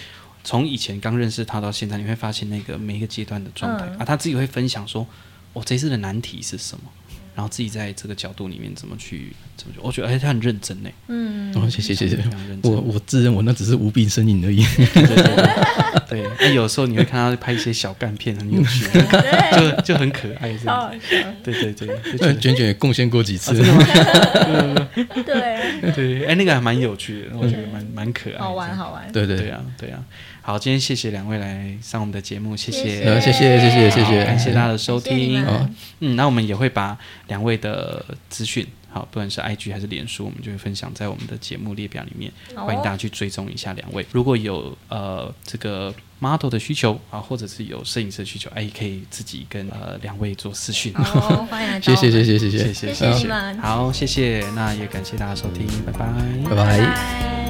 [SPEAKER 1] 从以前刚认识他到现在，你会发现那个每一个阶段的状态、
[SPEAKER 3] 嗯
[SPEAKER 1] 啊，他自己会分享说，我、这次的难题是什么，然后自己在这个角度里面怎么去怎么去。我觉得，哎，他很认真呢。
[SPEAKER 3] 嗯，
[SPEAKER 2] 哦，谢谢谢谢
[SPEAKER 1] 非常认，真
[SPEAKER 2] 我我自认我那只是无病呻吟而已。
[SPEAKER 1] 对对对，对，那有时候你会看他拍一些小干片，很有趣，就
[SPEAKER 3] [LAUGHS]
[SPEAKER 1] 就很可爱这
[SPEAKER 3] 超
[SPEAKER 1] 样。
[SPEAKER 3] 好笑，
[SPEAKER 1] 对对对，哦就觉
[SPEAKER 2] 那
[SPEAKER 1] 得
[SPEAKER 2] [LAUGHS] 卷卷也贡献过几次，
[SPEAKER 3] 对，
[SPEAKER 2] [LAUGHS]
[SPEAKER 1] 对，哎，那个还蛮有趣的，我觉得蛮蛮可爱的。
[SPEAKER 3] 好玩好玩，
[SPEAKER 2] 对对
[SPEAKER 1] 对
[SPEAKER 2] 对，
[SPEAKER 1] 啊，对啊。好，今天谢谢两位来上我们的节目，谢
[SPEAKER 3] 谢
[SPEAKER 2] 呃，谢谢谢谢谢谢，
[SPEAKER 1] 好感谢大家的收
[SPEAKER 3] 感谢你
[SPEAKER 1] 听
[SPEAKER 3] 们。
[SPEAKER 2] 哦
[SPEAKER 1] 嗯，那我们也会把两位的资讯，好，不管是 IG 还是脸书，我们就会分享在我们的节目列表里面，
[SPEAKER 3] 好哦
[SPEAKER 1] 欢迎大家去追踪一下两位。如果有呃这个 model 的需求啊，或者是有摄影师的需求，哎，可以自己跟呃两位做私讯。
[SPEAKER 3] 好哦，欢迎来
[SPEAKER 2] 谢
[SPEAKER 3] 找我
[SPEAKER 2] 谢
[SPEAKER 3] 们，
[SPEAKER 2] 谢谢谢谢
[SPEAKER 1] 谢
[SPEAKER 3] 谢谢你们
[SPEAKER 1] 好，谢谢，那也感谢大家收听，拜拜。
[SPEAKER 2] 拜拜。
[SPEAKER 3] 拜。